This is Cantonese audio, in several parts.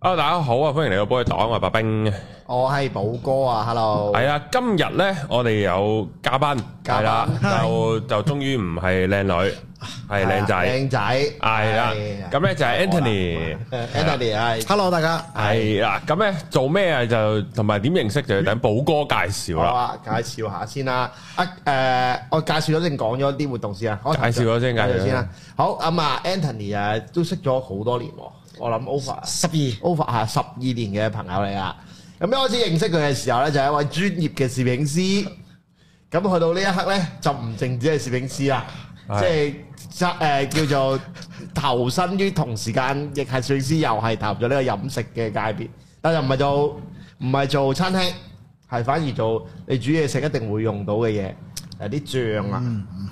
啊，大家好啊，歡迎嚟到寶藥黨啊，白冰。我哦係寶哥啊，hello，係啊，今日咧我哋有嘉賓，嘉賓 係啦，係就就終於唔係靚 女，係靚仔，啊靚仔，哎係啦。咁咧就係 Anthony，啊 Anthony 係 Hello，大家係啦。咁咧做咩啊？就同埋點認識就要等寶哥介紹好啦。啊，介紹下先啦。啊誒，我介紹咗先，講咗啲活動先啊。我介紹咗先介紹咗先啦。好咁啊，Anthony 啊，都識咗好多年喎，我諗 over 十二 over 啊下十二年嘅朋友嚟啦。咁一開始認識佢嘅時候咧，就係一位專業嘅攝影師。咁去到呢一刻咧，就唔淨止係攝影師啦，即係執誒叫做投身於同時間，亦係攝影師，又係投入咗呢個飲食嘅界別，但就唔係做唔係做餐廳，係反而做你煮嘢食一定會用到嘅嘢，誒啲醬啊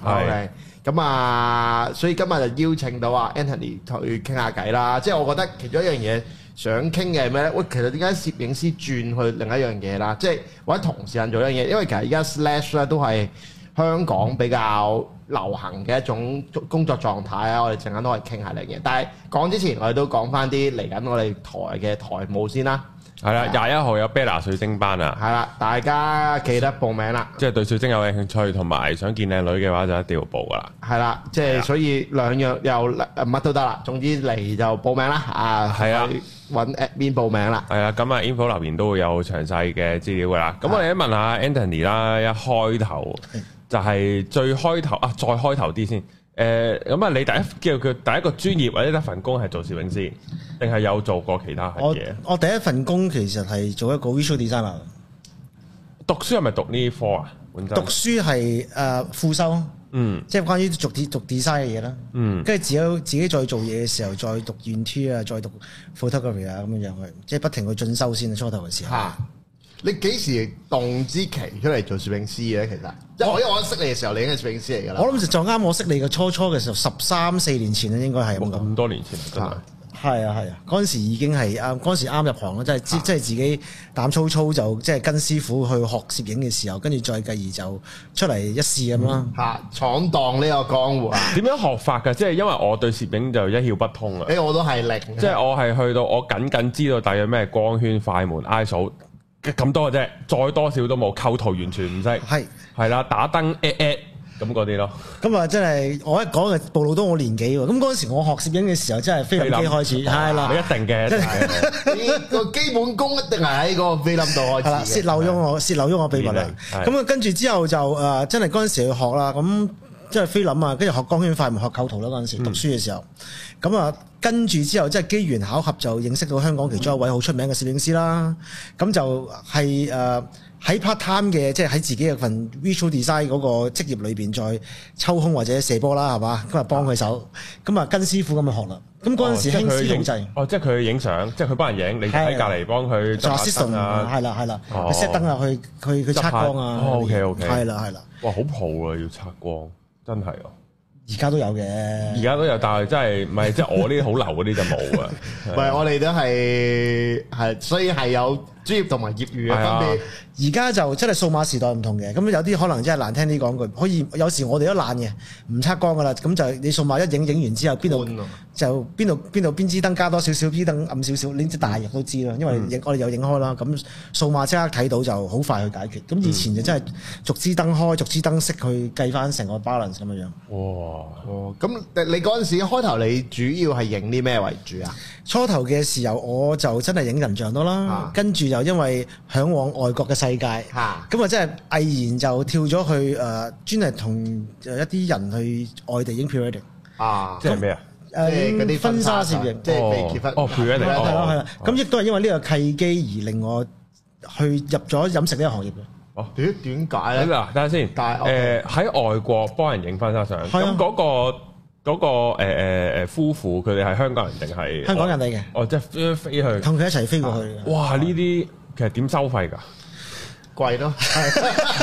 係，OK。咁啊，所以今日就邀請到啊 Anthony 去傾下偈啦。即係我覺得其中一樣嘢想傾嘅係咩咧？喂，其實點解攝影師轉去另一樣嘢啦？即係或者同時間做一樣嘢，因為其實而家 slash 咧都係香港比較流行嘅一種工作狀態啊。我哋陣間都可以傾下呢樣嘢。但係講之前，我哋都講翻啲嚟緊我哋台嘅台務先啦。係啦，廿一號有 Bella 水晶班啊，係啦，大家記得報名啦。即係對水晶有興趣，同埋想見靚女嘅話就一定要報噶啦。係啦，即係所以兩樣又誒乜都得啦。總之嚟就報名啦，啊，係啊去揾 admin 報名啦。係啦，咁啊 info 留言都會有詳細嘅資料噶啦。咁我哋一問下 Anthony 啦，一開頭就係最開頭啊，再開頭啲先。誒咁啊，你第一叫佢第一個專業或者第一份工係做攝影師，定係有做過其他我嘢？我第一份工其實係做一個 visual designer，讀書係咪讀呢科啊？本身讀書係誒副修，嗯即係關於讀 d 讀 design 嘅嘢啦。嗯跟住自己自己再做嘢嘅時候，再讀 interior 啊，再讀 photography 啊咁樣樣去，即係不停去進修先。啊初頭嘅時候，嚇！你幾時動之期出嚟做攝影師嘅？其實，因為我因為我識你嘅時候，你已經係攝影師嚟㗎啦。我諗就就啱我識你嘅初初嘅時候，十三四年前咧應該係咁哇講。咁多年前真係啊係啊係啊，嗰陣時已經係啱，嗰陣時啱入行啦，即係啊即即係自己膽粗粗就即係跟師傅去學攝影嘅時候，跟住再繼而就出嚟一試咁啦。嚇闖蕩呢個江 湖啊！點樣學法㗎？即係因為我對攝影就一竅不通啊。誒，我都係零，即嗯係我係去到我僅僅知道大約咩光圈、快門、ISO 咁多嘅啫，再多少都冇，構圖完全唔識。係係啦，打燈 at at 咁嗰啲咯，咁啊，真係我一講就暴露到我年紀喎。咁嗰陣時我學攝影嘅時候，真係菲林機開始，係你啦，一定嘅，呢個基本功一定係喺嗰個菲林度係啦，開泄始嘅。漏咗我，泄漏咗我秘密啦。係咁啊，跟住之後就誒，真係嗰陣時去學啦。咁即係菲林啊，跟住學光圈快門、學構圖啦。嗰陣時嗯讀書嘅時候，咁啊，跟住之後即係機緣巧合就認識到香港其中一位好出名嘅攝影師啦。咁就係誒。喺 part time 嘅，即係喺自己嘅份 visual design 嗰個職業裏邊，再抽空或者射波啦，係嘛？咁啊幫佢哦手，咁啊跟師傅咁樣學啦。咁嗰陣時興師影用制。哦，即係佢影相，即係佢幫人影，你喺隔離幫佢就執啊 assistant 燈啊，係啦係啦，哦佢 set 燈啊，去佢佢執測下光啊哦，OK，OK 係啦係啦，哇，好蒲啊，要測光，真係啊！而家都有而嘅，家都有，但係真係唔係即係我呢啲好流嗰啲就冇 啊。唔係，我哋都係係，所以係有專業同埋業餘嘅分別係。而家就真係數碼時代唔同嘅，咁有啲可能真係難聽啲講句，可以有時我哋都懶嘅，唔測光噶啦，咁就你數碼一影影完之後，邊換度啊就邊度邊度邊支燈加多少少，邊燈暗少少，呢啲大亦都知啦，因為嗯影我哋有影開啦，咁數碼即刻睇到就好快去解決，咁以前就嗯真係逐支燈開，逐支燈熄去計翻成個 balance 咁樣樣。哇！哦，咁你你嗰陣時開頭你主要係影啲咩為主啊？初頭嘅時候，我就真係影人像多啦啊，跟住又因為向往外國嘅世界，咁嚇啊真係毅然就跳咗去誒、呃專係同誒一啲人去外地影 periodic，呃嗯啊！即係咩啊？誒即係嗰啲婚紗攝影影，，即係被結婚哦哦係 pre-wedding 啦係啦係啦哦，咁亦都係因為呢個契機而令我去入咗飲食呢個行業嘅，咦點啊解咧？嗱，睇下啊先。但係誒喺外國幫人影婚紗相，哦係啊咁嗰個嗰個誒誒誒夫婦，佢哋係香港人定係香港人嚟嘅，哦，即係飛飛去。同佢一齊飛過去嘅。哇！呢啲其實點收費㗎？貴咯。係啊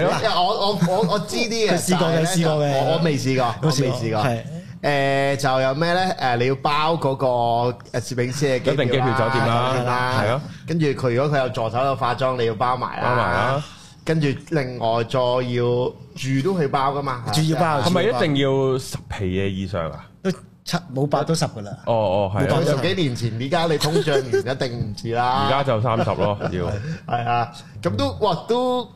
咯。因為我我我我知啲嘅，佢試過但嘅係咧試過嘅我我未試過，我有未試過試過。係誒就有咩咧？誒你要包嗰個誒攝影師嘅機一定機票酒店啦酒店係咯。跟住佢如果佢有助手有化妝，你要包埋啦。包埋啦。跟住另外再要住都去包噶嘛，住要包係咪一定要十皮嘢以上啊？都七冇八都十噶啦。哦哦係就啊，十幾年前，而家你通脹完一定唔似啦。而家就三十咯要。唔係啊，咁都哇都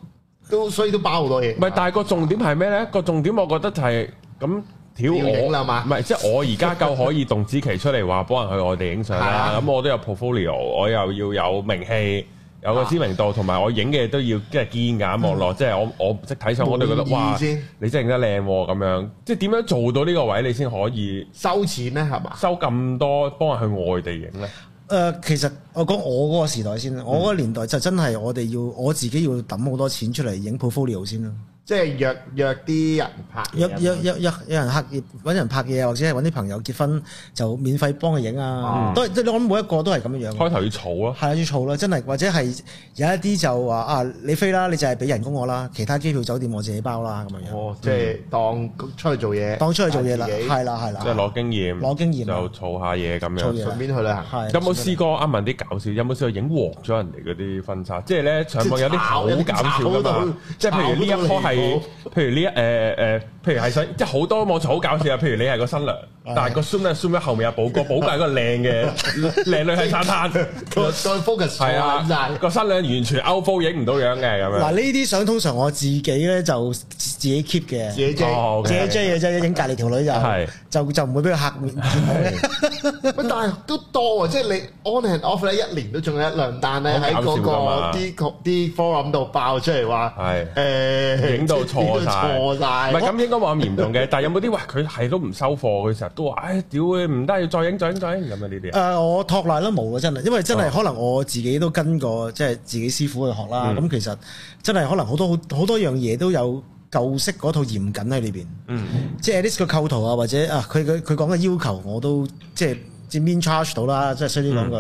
都所以都包好多嘢。係，但係個重點係咩咧？個重點我覺得就係咁。屌要影我啦嘛唔係即係我而家夠可以動之其出嚟話幫人去外地影相係啦啊。咁我都有 portfolio，我又要有名氣，有個知名度，同埋我影嘅都要即係堅㗎望落。即係我我即係睇相我都覺得嗯滿意哇先，你真係影得靚喎咁樣。即係點樣做到呢個位你先可以收錢咧係嘛？收咁多幫人去外地影咧？誒、呃其實我講我嗰個時代先啦，我嗰個年代就真係我哋要我自己要抌好多錢出嚟影 portfolio 先啦，即係約約啲人拍嘢約約約約有人拍嘢，揾人拍嘢，或者係揾啲朋友結婚就免費幫佢影啊，都係即係我諗每一個都係咁樣樣嘅。哦開頭要儲咯。係啊，要儲啦，真係或者係有一啲就話啊，你飛啦，你就係俾人工我啦，其他機票酒店我自己包啦咁樣樣，哦，即係當出去做嘢，當出去做嘢啦，自己係啦係啦，即係攞經驗，攞經驗啊就儲下嘢咁儲嘢樣。順便去旅行。係啊有冇試過啱問啲搞笑？有冇試過影黃咗人哋嗰啲婚紗？即係咧上網有啲好搞笑噶嘛！即係譬如呢一樖係，譬如呢一誒誒，譬如係想，即係好多網上好搞笑啊！譬如你係個新娘，但係個啊 zoom 咧 zoom 咗後面有寶哥，寶哥係個靚嘅靚女喺沙灘，再再係 focus 錯啊，晒。個新娘完全 out 影唔到樣嘅咁嗱樣。呢啲相通常我自己咧就自自己 keep 嘅，自己精。哦自己，OK，追嘅啫，影隔離條女係就就就唔會俾佢嚇面見到咧。喂，但係都多啊！即係你 on and off 咧，一年都仲有一兩單咧好搞喺笑嗰個㗎嘛啲啲 forum 度爆出嚟話，係誒影到錯影晒，到錯唔係晒。咁應該冇咁嚴重嘅，但係有冇啲喂佢係都唔收貨，佢成日都話：，唉，屌你唔得，要再影再影再影咁樣呢啲啊？誒，我托賴都冇啊啦，真係，因為真哦係可能我自己都跟過，即係自己師傅去學嗯啦。咁其實真係可能好多好好多樣嘢都有舊式嗰套嚴謹喺裏邊，嗯，即係 at least 個構圖啊，或者啊佢佢佢講嘅要求我都即係即係 mean charge 到啦，即係衰啲講嗯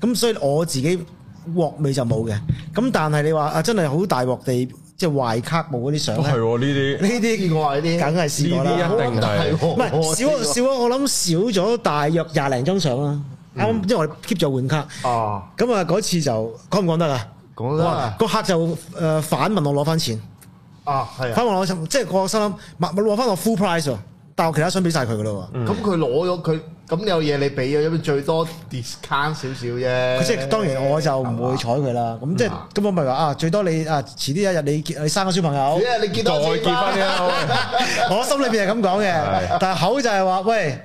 句。咁、所以我自己鑊味就冇嘅。咁但係你話啊，真係好大鑊地即係壞卡冇嗰啲相都咧，係呢喎呢啲。啲呢個係啲梗係試過呢啲啊啦一。定係唔唔係少咗少咗，我諗少咗大約廿零張相啦。啱，因為我哋 keep 咗換卡，哦，咁啊嗰次就講唔講得啊？嗯講得啊個客就誒反問我攞翻錢，啊係啊反。問我攞錢即係我心諗，咪咪攞翻我 full price 喎，但我其他相俾晒佢噶啦喎。咁佢攞咗佢，咁有嘢你俾咗，咁最多 discount 少少啫。佢即係當然我就唔會睬佢啦。咁即係咁我咪話啊，最多你啊遲啲一日你結你生個小朋友係嘛，，因為你見再到結婚啊啦！ 我心裏邊係咁講係嘅，但係口就係話喂。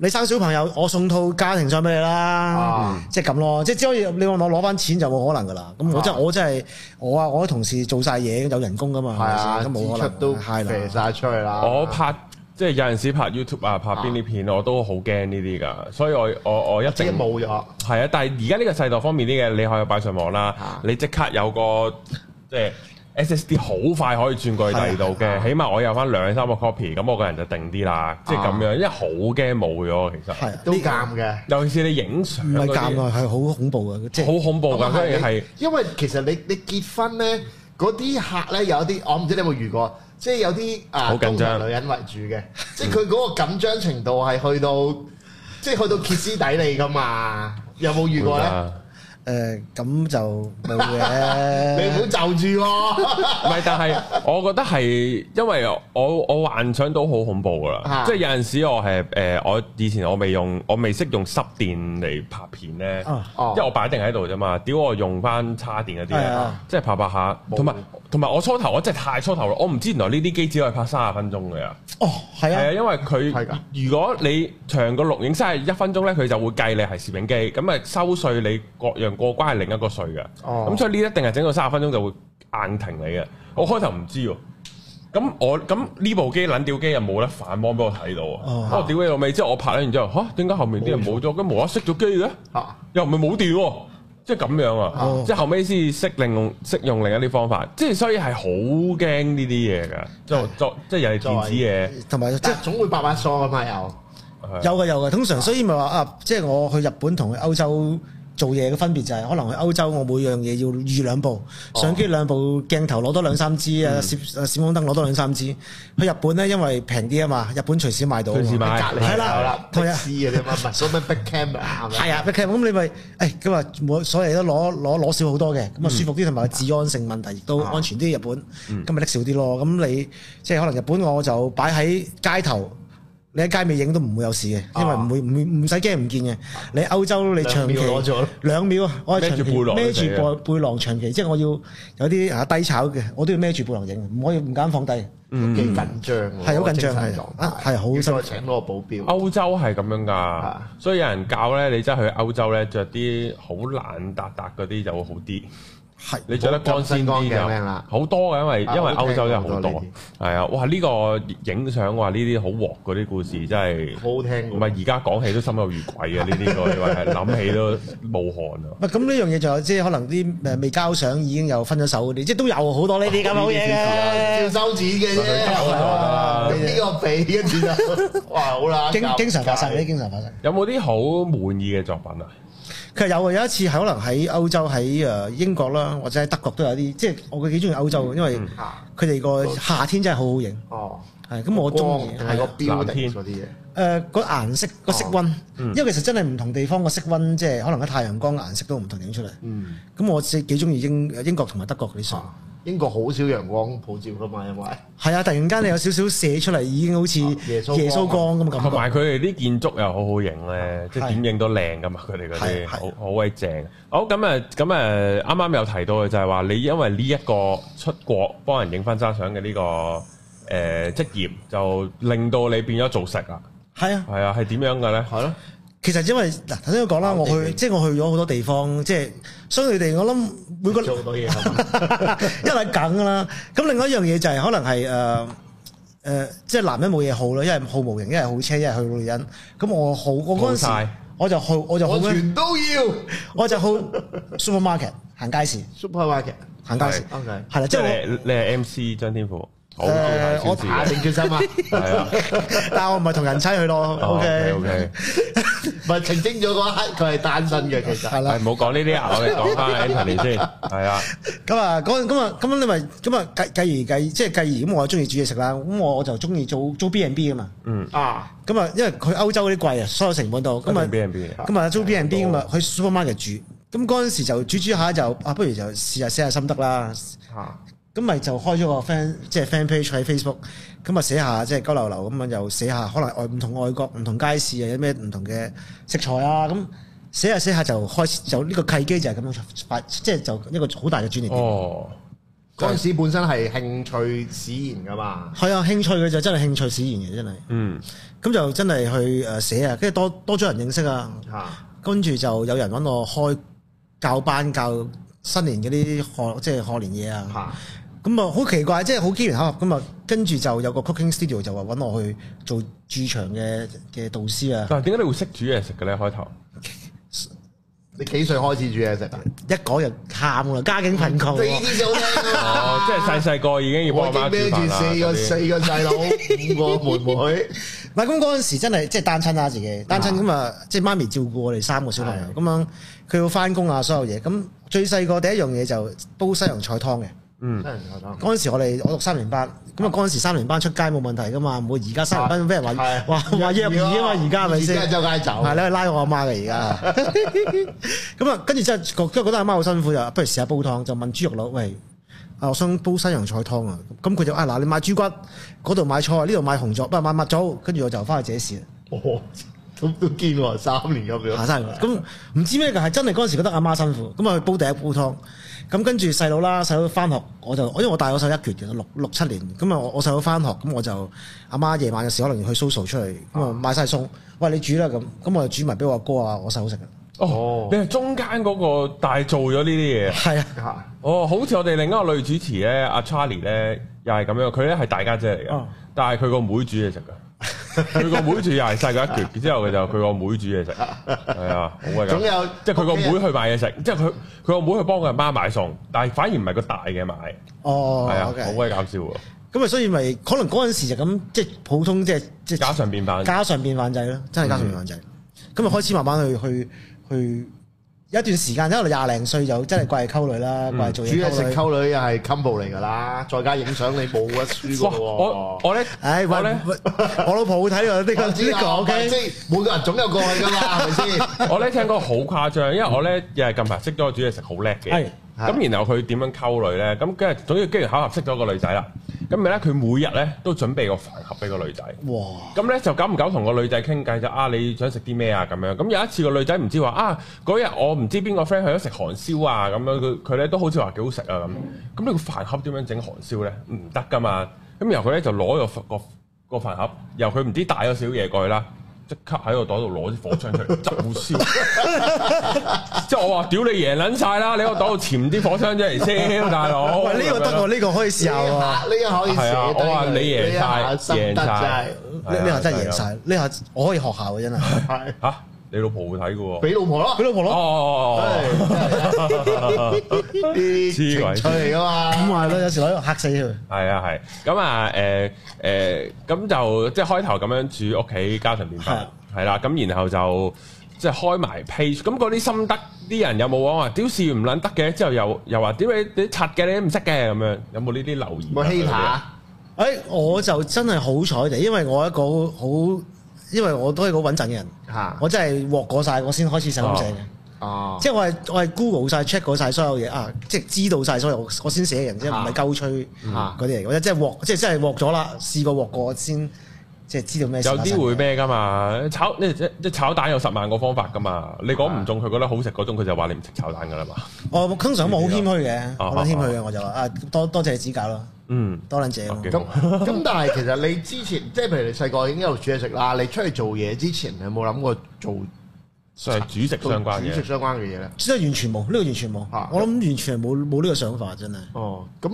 你生小朋友，我送套家庭相俾你啦啊，即係咁咯，即係只可以你話我攞翻錢就冇可能噶啦。咁我真係啊我真係我啊，我啲同事做晒嘢有人工噶嘛，係啊，咪先咁冇可支出能都係肥啦。晒出去啦。 我拍即係有陣時拍 YouTube 啊，拍邊啲片我都好驚呢啲㗎，所以我我我一即係定冇咗。係啊。但係而家呢個世代方面啲嘢，你可以擺上網啦啊，你即刻有個即係 SSD 好快可以轉過去第二度嘅，起碼我有翻兩三個 copy，咁我個人就定啲啦，即係咁樣，因為好驚冇咗其實。係啊都呢尷嘅。尤其是你影相唔係嗰啲尷啊，係好恐怖啊！即係好恐怖㗎，嗰樣嘢係你因為其實你你結婚咧，嗰啲客咧有啲，我唔知你有冇遇過，即係有啲啊好緊張通常女人為主嘅，即係佢嗰個緊張程度係去到，即係去到歇斯底里噶嘛，有冇遇過咧？啊誒咁就冇 你唔好嘅。就住喎。唔係，但 係我覺得係因為我我幻想到好恐怖噶啦，啊即係有陣時我係誒、呃我以前我未用我未識用濕電嚟拍片咧，啊 哦因為我擺定喺度啫嘛，屌我用翻叉電嗰啲係咧啊，即係拍拍下，同埋同埋我初頭我真係太初頭啦，我唔知原來呢啲機只可以拍三十分鐘嘅，哦，係係啊，啊，因為係佢㗎如果你長個錄影三十一分鐘咧，佢就會計你係攝影機，咁啊收税你各樣過關係另一個税嘅。哦咁所以呢一定係整到三十分鐘就會硬停你嘅。我開頭唔知喎，咁我咁呢部機撚吊機又冇得反光俾我睇到哦啊！我屌你老味，之後我拍完之後，吓點解後面啲人冇咗？咁無啦啦熄咗機嘅，啊又唔係冇電喎，即係咁樣啊哦！即係後尾先識另用識用另一啲方法，即係所以係好驚呢啲嘢㗎。作作即係又係電子嘢。同埋即即係係總會白白疏噶嘛又。係有嘅有嘅，通常所以咪話啊，即係我去日本同去歐洲做嘢嘅分別就係，可能去歐洲我每樣嘢要預兩部哦相機兩部鏡頭攞多兩三支嗯啊，閃啊閃光燈攞多兩三支。去日本咧，因為平啲啊嘛，日本隨時買到啊嘛。隨時買係隔離係啦有啦，同的埋士嘅啫嘛，唔係所咩 big camera 係咪係啊，咁你咪，誒佢話冇所有嘢都攞攞攞少好多嘅，咁啊舒服啲，同埋治安性問題亦都安全啲。日本咁咪拎少啲咯。咁你即係可能日本我就擺喺街頭你喺街尾影都唔會有事嘅，因為啊唔會唔會唔使驚唔見嘅。你歐洲你長期兩秒攞咗啦兩秒啊，我係長期孭住背囊孭你死啊住背背囊長期，即係我要有啲啊低炒嘅，我都要孭住背囊影，唔可以唔敢放低。幾緊張喎，嗯係好緊張精神係狀啊態係好要辛苦再哦請嗰個保鏢，歐洲係咁樣㗎，啊所以有人教咧，你真係去歐洲咧，着啲好爛達達嗰啲就會好啲。係你着得乾鮮啲冇咁新光頸靚啦就好多嘅，因為啊因為歐洲真係好我都聽過好多多呢。係啊，哇！呢個影相哇，呢啲好鑊嗰啲故事真係好。好聽唔㗎係而家講起都心有餘悸啊！呢啲個你話係諗起都冒汗啊！唔係咁呢樣嘢就係即係可能啲誒未交相已經又分咗手嗰啲，即係都有好多呢啲咁嘅好嘢要嘅。收錢嘅啫，啊呢個俾跟住就 哇好啦，經尷尬經常發生呢，經常發生。有冇啲好滿意嘅作品啊？其實有啊，有一次係可能喺歐洲喺誒英國啦，或者喺德國都有啲，即係我幾中意歐洲嘅，因為啊佢哋嗯個夏天真係好好影。哦，係啊咁，我中意光係個標定嗰啲嘢，誒個顏色個色温，因為其實真係唔同地方個色温，即係可能喺太陽光顏色都唔同影出嚟。嗯咁我自己幾中意英英國同埋德國嗰啲相。啊英國好少陽光普照㗎嘛，因為係啊，突然間你有少少射出嚟，已經好似啊耶穌光耶穌光咁同嘅感覺。埋佢哋啲建築又好好型咧，即係點影都靚噶嘛，佢哋嗰係啲係好好鬼正。好咁啊，咁啊，啱啱有提到嘅就係話，你因為呢一個出國幫人影婚紗相嘅呢個誒職業，就令到你變咗做食啦。係啊，係啊，係點樣嘅咧？係咯，其實因為嗱頭先都講啦，我我哋去即係我去咗好多地方，即係相對地，我諗每個做好多嘢係嘛 一嚟梗㗎啦。咁另外一樣嘢就係可能係誒誒，即係男人冇嘢好啦，一係好模型，一係好車，一係好女人。咁我好，我嗰好陣時晒我就好，我就好我咩？全都要我就好 supermarket 行街市， supermarket，行街市 OK，係啦，即即係係你你係 MC 張天賦，好誒好我小事下嘅定決 心啊，係 啊哦我， 但係我唔係同人妻去咯。 ，OK OK， OK，唔係澄清咗嗰一刻佢係單身嘅其係實，係啦。唔好講呢啲啊，我哋講翻 Anthony 先，係啊，咁啊，嗰咁啊，咁你咪咁啊，繼繼而繼，即係繼而咁，我中意煮嘢食啦。咁我就中意做租 B and B 噶嘛。 啊咁啊，因為佢歐洲嗰啲貴啊，所有成本度。咁啊， B&B 咁啊，租 B and B 咁啊，去 supermarket 煮。咁嗰陣時就煮煮下就啊，不如就試下寫下心得啦。啊咁咪就開咗個 fan 即係 fan page 喺 Facebook，咁啊寫下即係九流流咁樣又寫下，可能外唔同外國唔同街市啊有咩唔同嘅食材啊，咁寫下寫下就開始就呢個契機就係咁樣發，即係就一個好大嘅轉捩點。哦，嗰陣時本身係興趣使然㗎嘛，係啊，興趣嘅就真係興趣使然嘅真係，嗯，咁就真係去誒寫啊，跟住多多咗人認識啊，嚇跟住就有人揾我開教班教新年嗰啲學即係學年嘢啊。嚇咁啊，好奇怪，即係好機緣巧合咁啊！跟住就有個 cooking studio 就話揾我去做駐場嘅嘅導師啊！但係點解你會識煮嘢食嘅咧？開頭你幾歲開始煮嘢食啊？一講就喊啦，家境啊貧窮呢喎，啲就 好啊聽㗎嘛哦，即係細細個已經要幫我已阿經媽孭煮飯住啦四個嗰啲四個細佬，五個妹 妹，唔係咁嗰陣時真係即係單親啦自己，單親咁啊，即係媽咪照顧我哋三個小朋友係咁樣，佢要翻工啊，所有嘢咁最細個第一樣嘢就煲西洋菜湯嘅。真係唔夠膽嗰陣時我哋我讀三年班，咁啊嗰陣時三年班出街冇問題噶嘛，唔會而家三年班俾人話係話話虐兒啊嘛，而家係咪而先家？周街走，係咧，拉我阿媽嘅而 家。咁啊，跟住之後覺覺得阿媽好辛苦，就不如試下煲湯，就問豬肉佬喂。啊！我想煲西洋菜湯啊，咁佢就啊嗱，你買豬骨，嗰度買菜，呢度買紅棗，不買蜜棗，跟住我就翻去自己試啦。哦咁 都堅喎，三年咁下樣，山咁唔知咩嘅，係真係嗰陣時覺得阿媽辛苦，咁啊去煲第一煲湯，咁跟住細佬啦，細佬翻學我就，因為我大我細一橛嘅，六六七年，咁啊我我細佬翻學，咁我就阿媽夜晚有時可能要去 social 出嚟，咁啊買晒餸，喂你煮啦咁，咁我就煮埋俾我阿哥啊我細佬食嘅，哦哦，你係中間嗰個，但係做咗呢啲嘢。係啊，嚇哦，好似我哋另一個女主持咧，阿 Charlie 咧，又係咁樣，佢咧係大家姐嚟嘅哦，但係佢個妹煮嘢食㗎。佢個妹煮又係細個一橛，之後佢就佢個妹煮嘢食，係啊，好鬼總有即係佢個妹去買嘢食，即係佢佢個妹去幫佢阿媽買餸，但係反而唔係個大嘅買，哦係啊 o，好 k 鬼搞笑喎！咁啊所以咪可能嗰陣時就咁，即係普通即係即係家常便飯，嗯加上變飯仔咯，真係加上變飯仔。咁啊開始慢慢去去去，有一段時間，因為廿零歲就真係怪係溝女啦，嗯怪係煮做嘢嘢食溝女。溝女又係 combo 嚟㗎啦，再加影相你冇得輸㗎哇！喎我。我咧，唉，我喂，咧。喂我老婆好睇喎，呢個我知呢個啊，我 OK，即係每個人總有過去㗎嘛，係咪先？我咧聽過好誇張，因為我咧又係近排識咗個煮嘢食好叻嘅係，咁然後佢點樣溝女咧？咁跟住總之機緣巧合識咗個女仔啦。咁咪咧佢每日咧都準備個飯盒俾個女仔。哇！咁咧就久唔久同個女仔傾偈就啊，你想食啲咩啊咁樣。咁有一次個女仔唔知話啊，嗰日我唔知邊個 friend 去咗食韓燒啊咁樣，佢佢咧都好似話幾好食啊咁。咁呢個飯盒點樣整韓燒咧？唔得噶嘛。咁然後佢咧就攞咗個個個飯盒，然後佢唔知帶咗少嘢過去啦。即刻喺個袋度攞啲火槍出嚟執 燒，即係我話屌你贏撚晒啦！你喺個袋度潛啲火槍出嚟先，大佬。喂，呢個得喎，呢個可以試下喎。呢一下呢係一下可以啊寫低佢我話你贏呢一下啊晒心得贏晒真啊呢呢下真係贏晒，呢下我可以學下喎，真 係，係。係嚇、你老婆會睇嘅喎。俾老婆 咯佢，老婆哦哦攞唉哦真係呢啲黐鬼線情趣嚟噶咁嘛，咪係咯，有時攞嚟嚇死佢。哦，係啊係。咁啊誒誒，咁就即係開頭咁樣煮屋企家常便係飯啊，係啦。咁然後就即係開埋 page。咁嗰啲心得啲人有冇講話屌事唔撚得嘅？之後又又話屌你你拆嘅你都唔識嘅咁樣，有冇呢啲留言啊？冇 hater 誒，哎我就真係好彩地，因為我一個好，因為我都係個穩陣嘅人，嚇，我真係獲過晒，我先開始寫咁寫嘅。哦，即係我係我係 Google 晒 check 過晒所有嘢啊，即係知道晒所有我先寫嘅人，即係唔係鳩吹啊嗰啲嚟嘅，或者即係獲，即係真係獲咗啦，試過獲過先，即係知道咩事有發生嘅。啲會咩噶嘛？炒你即即炒蛋有十萬個方法噶嘛？你講唔中佢覺得好食嗰種，佢就話你唔識炒蛋噶啦嘛。我哦通常我好謙虛嘅，哦我好謙虛嘅，我就話啊，多多謝你指教咯，嗯，多撚謝啊咯。 OK 咁咁，但係其實你之前即係譬如你細個已經有煮嘢食啦，你出去做嘢之前，你有冇諗過做上係主食做相關煮食嘅。相關嘅嘢咧？真係完全冇，呢個完全冇啊。我諗完全係冇冇呢個想法，真係。哦，咁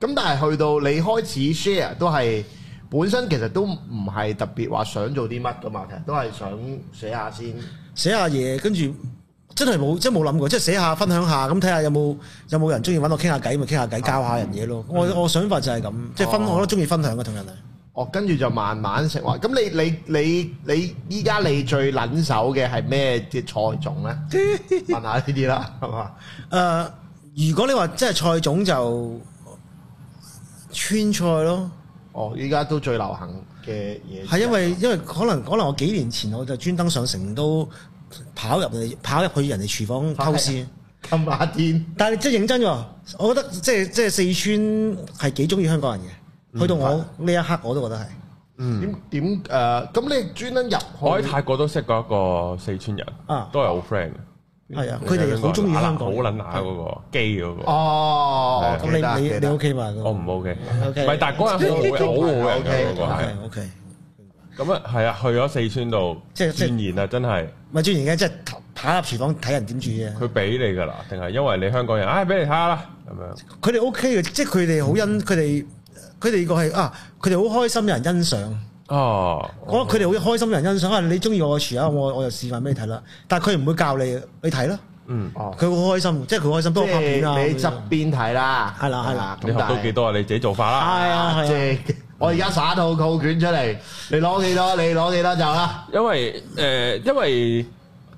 咁但係去到你開始 share 都係本身其實都唔係特別話想做啲乜噶嘛，其實都係想寫下先。 寫下嘢，跟住真係冇，真係冇諗過，即係寫下分享下，咁睇下有冇有冇人中意揾我傾下偈，咪傾下偈，教下人嘢咯。我我想法就係咁，即係分哦我都中意分享嘅同人哋。哦，跟住就慢慢食話。咁你你你你依家你最撚手嘅係咩嘅菜種咧？問下呢啲啦，係嘛？誒，呃如果你話即係菜種就川菜咯，哦，依家都最流行嘅嘢係因為因為可能可能我幾年前我就專登上成都跑入人哋跑入去人哋廚房偷師。咁阿天但係真係認真喎，我覺得即係即係四川係幾中意香港人嘅，去到我呢一刻我都覺得係。點點誒？咁你專登入我喺去泰國都識過一個四川人啊，都係好 friend 嘅。係啊佢哋好鍾意香港好撚乸嗰個機嗰個。哦，咁你你你 OK 嘛？我唔 OK，唔 OK 係，但係嗰日好好嘅，好好嘅嗰個係。係 OK，咁啊，係啊，去咗四川度，即係即係鑽研啊，真係咪專然嘅，即係跑入廚房睇人點煮嘢。佢俾你㗎啦，定係因為你香港人，唉，俾你睇下啦，咁樣。佢哋 OK 嘅，即係佢哋好欣佢哋佢哋個係啊，佢哋好開心有人欣賞。哦，我覺得佢哋好開心有人欣賞啊！你中意我嘅廚啊，我我就示範俾你睇啦。但係佢唔會教你，你睇咯。嗯，哦，佢好開心，即係佢開心，即幫我拍片啊。係咁你樣側邊睇啦，係啦係啦你學到幾？多啊？你自己做法係啦。啊係啊，啊即係我而家耍套套卷出嚟，你攞幾多？你攞幾多就啦。因為誒、呃因為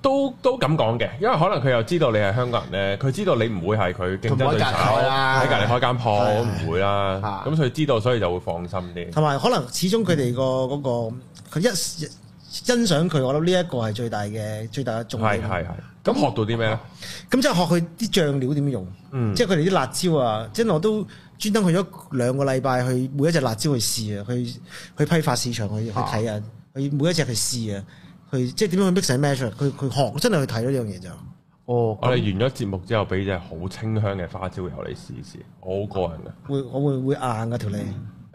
都都咁講嘅，因為可能佢又知道你係香港人咧，佢知道你唔會係佢競爭佢唔會對手，隔開啦喺隔離開間鋪唔會啦啊，咁所以知道，所以就會放心啲。同埋可能始終佢哋個嗰個佢一欣賞佢，我諗呢一個係最大嘅最大嘅重係點。係係。咁學到啲咩咧？咁即係學佢啲醬料點樣用，嗯即係佢哋啲辣椒啊，即係我都專登去咗兩個禮拜去每一隻辣椒去試啊，去去批發市場去去睇啊，去每一隻去試啊，去即係點樣去 mix and match 啊佢佢學真係去睇咯呢樣嘢就。哦我哋完咗節目之後，俾隻好清香嘅花椒油你試試，我好過癮嘅，會我會會硬噶條脷，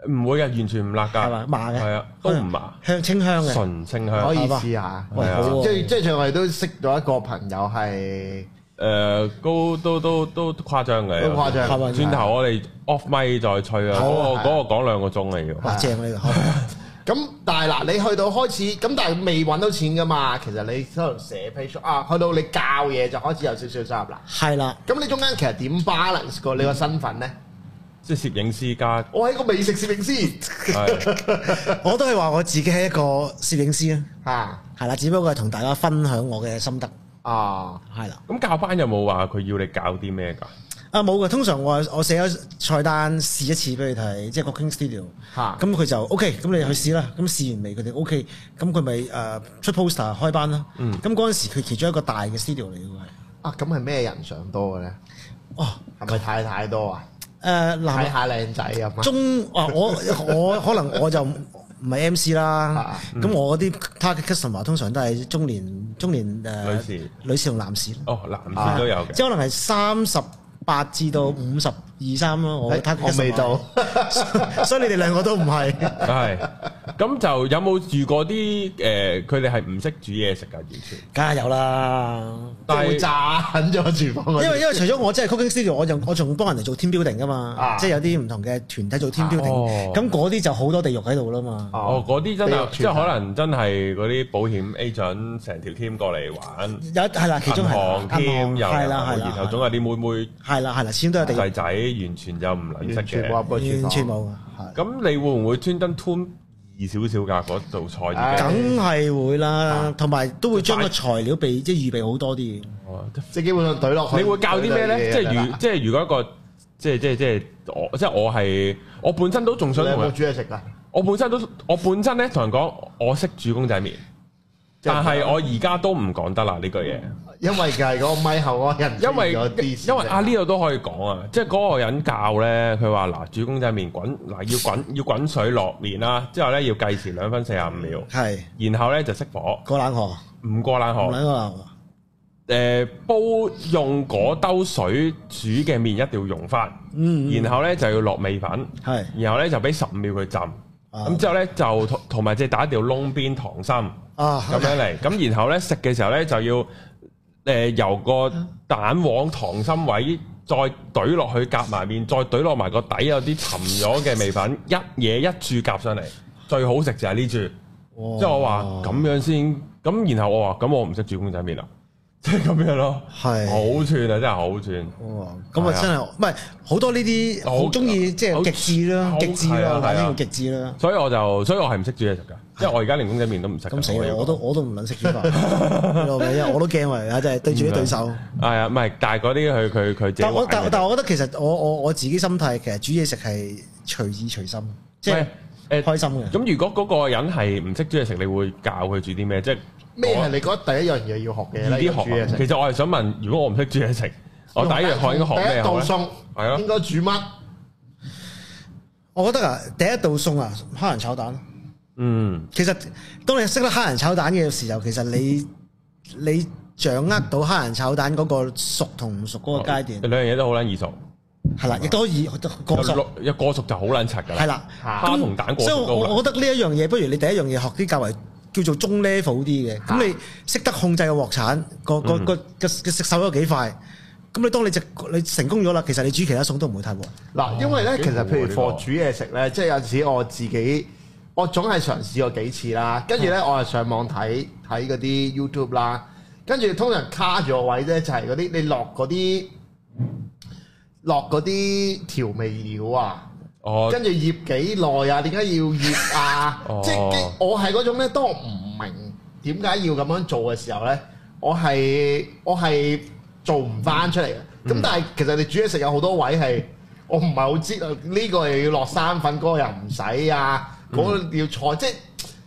唔會嘅，完全唔辣㗎，係嘛麻嘅哦係啊，都唔麻，香清香嘅，純清可香。以試下。喂係啊好即喎係即係，我哋都識咗一個朋友係誒、呃都都都都誇張嘅，都誇張係咪轉頭我哋 off 咪再吹啊！嗰好個啊嗰個講兩個鐘嚟要。哇正呢 個好，咁，但係嗱，你去到開始咁，但係未揾到錢噶嘛。其實你可能寫 page 啊，去到你教嘢就開始有少少收入啦。係啦，咁你中間其實點 balance 過你個身份咧？即係攝影師加我係一個美食攝影師係我都係話我自己係一個攝影師啊， 嚇係啦，只不過係同大家分享我嘅心得，啊！係啦。咁教班有冇話佢要你教啲咩㗎？啊冇嘅，通常我我寫咗菜單試一次俾佢睇，即係個 King Studio。嚇咁佢就 OK，咁你去試啦。咁試完未？佢哋 OK，咁佢咪誒出 poster 開班啦。嗯咁嗰陣時佢其中一個大嘅 studio 嚟嘅喎。啊，咁係咩人上多嘅咧？哦，係咪太太多啊？誒男睇下靚仔咁啊。中啊，我我可能我就唔係 MC 啦啊，嗯咁我啲 target customer 通常都係中年中年誒女士女士同男士，哦，男士都有嘅 即。係可能係三十八至到五十二三咯，我哎 target 我 customer 未到，所以 你哋兩個都唔係。系，咁就有冇遇過啲诶，佢哋係唔識煮嘢食㗎，完全。梗係有啦，但會係炸緊咗廚房嗰啲因為因為除咗我真係 cooking studio，我仲我仲幫人哋做 team building 噶嘛啊，即係有啲唔同嘅團體做 team 哦 building，咁嗰啲就好多地獄喺度啦嘛。哦，嗰啲真地係獄即係可能真係嗰啲保險 agent 成條 team 過嚟玩，有係啦，其中銀係啦啊行 team 又有係啦係啦，然後總有啲妹妹係啦係啦，始終都有地仔獄，仔完全就唔撚完識全冇嘅。入過廚房完全冇啊，係咁你會唔會專登 tune 易少少㗎？嗰道菜已唉經梗係會啦，同埋都會將啊擺個材料備即係預備好多啲。哦即係基本上懟落去。你會教啲咩咧？即懟係落去如即係如果一個即係即係即係我即係我係我本身都仲想你有同冇人，煮嘢食啊㗎？我本身都我本身咧同人講我識煮公仔麵，即係但係我而家都唔講得啦呢句嘢，因為就係嗰個咪後嗰個人因為咗啲先因為阿 Leo 都可以講啊，即係嗰個人教咧，佢話嗱煮公仔麵滾嗱要滾 要滾水落麵啦，之後咧要計時兩分四十五秒，係然後咧就熄火，過冷河，唔過冷河唔。撚過冷河，誒、呃煲用嗰兜水煮嘅麵一定要用翻，嗯然後咧就要落味粉，係然後咧就俾十五秒佢浸，咁、之後咧就同同埋隻打掉窿邊溏心啊咁樣嚟，咁然後咧食嘅時候咧就要誒、由個蛋黃溏心位再懟落去夾埋面，再懟落埋個底有啲沉咗嘅味粉，一嘢一注夾上嚟，最好食就係呢注。哇即係我話咁樣先，咁然後我話咁我唔識煮公仔麵啦， 即係咁樣咯，係好串啊，真係好串，哇！咁係啊啊真係，唔係好多呢啲好好中意即好係極致啦好，極致係啊啦，係啊玩呢個極致啦。所以我就所以我係唔識煮嘢食㗎，即係我而家連公仔麵都唔識㗎。咁死啦！要講我都我都唔撚識煮 飯，老味啊！我都驚為啊！真係對住啲對手。係啊，唔係，但係嗰啲佢佢佢自己但我玩嘅但啫但我覺得其實我我我自己心態其實煮嘢食係隨意隨心，即係喂誒開心嘅。咁，如果嗰個人係唔識煮嘢食，你會教佢煮啲咩？即係咩係你覺得第一樣嘢要學嘅咧？易要啲煮學嘢啊。食其。實我係想問，如果我唔識煮嘢食，我第一樣學應該學第咩一道好咧？餸係啊應該煮乜？我覺得啊，第一道餸啊，蝦仁炒蛋。嗯，其實當你識得蝦仁炒蛋嘅時候，其實你你掌握到蝦仁炒蛋嗰個熟同唔熟嗰個階段，兩樣嘢都好撚易熟，係啦，亦都可以過熟，有有過熟就好撚柒㗎啦。係啦。嚇蝦同蛋過所以熟都好我撚我覺得呢一樣嘢，不如你第一樣嘢學啲較為叫做中 level 啲嘅，咁你識得控制個鑊鏟，個個個個食手有幾快，咁你當你只你成功咗啦，其實你煮其他餸都唔會太悶。嗱，因為咧，哦幾其實譬好喎呢如個貨煮嘢食咧，即係有陣時我自己，我總係嘗試過幾次啦。跟住啊咧，我係上網睇睇嗰啲 YouTube 啦。跟住通常卡住個位咧，就係嗰啲你落嗰啲落嗰啲調味料啊。哦，跟住醃幾耐啊？點解要醃啊哦？即係我係嗰種咧，當我唔明點解要咁樣做嘅時候咧，我係我係做唔翻出嚟嘅。嗯咁但係其實你煮嘢食有好多位係我唔係好知道，呢個又要落生粉，嗰個又唔使啊，嗰個嗯要菜，即係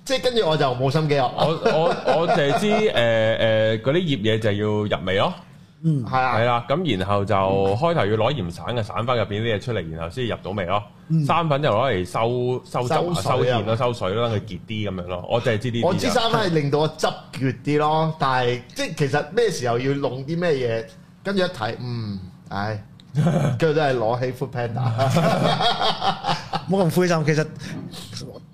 即係跟住我就冇心機學啊我我我淨係知誒誒嗰啲醃嘢就要入味咯，嗯，係係啊，啦，咁然後就開頭要攞鹽散嘅散翻入邊啲嘢出嚟，然後先入到味咯。生粉就攞嚟收收汁啊、嗯收水啊收芡咯、收水咯，等佢結啲咁樣咯。我淨係知呢啊啲咋。啊我知生粉係令到我汁橛啲咯，但係即係其實咩時候要弄啲咩嘢，跟住一睇，嗯， 唉，跟住都係攞起 Food Panda。冇咁灰心。其實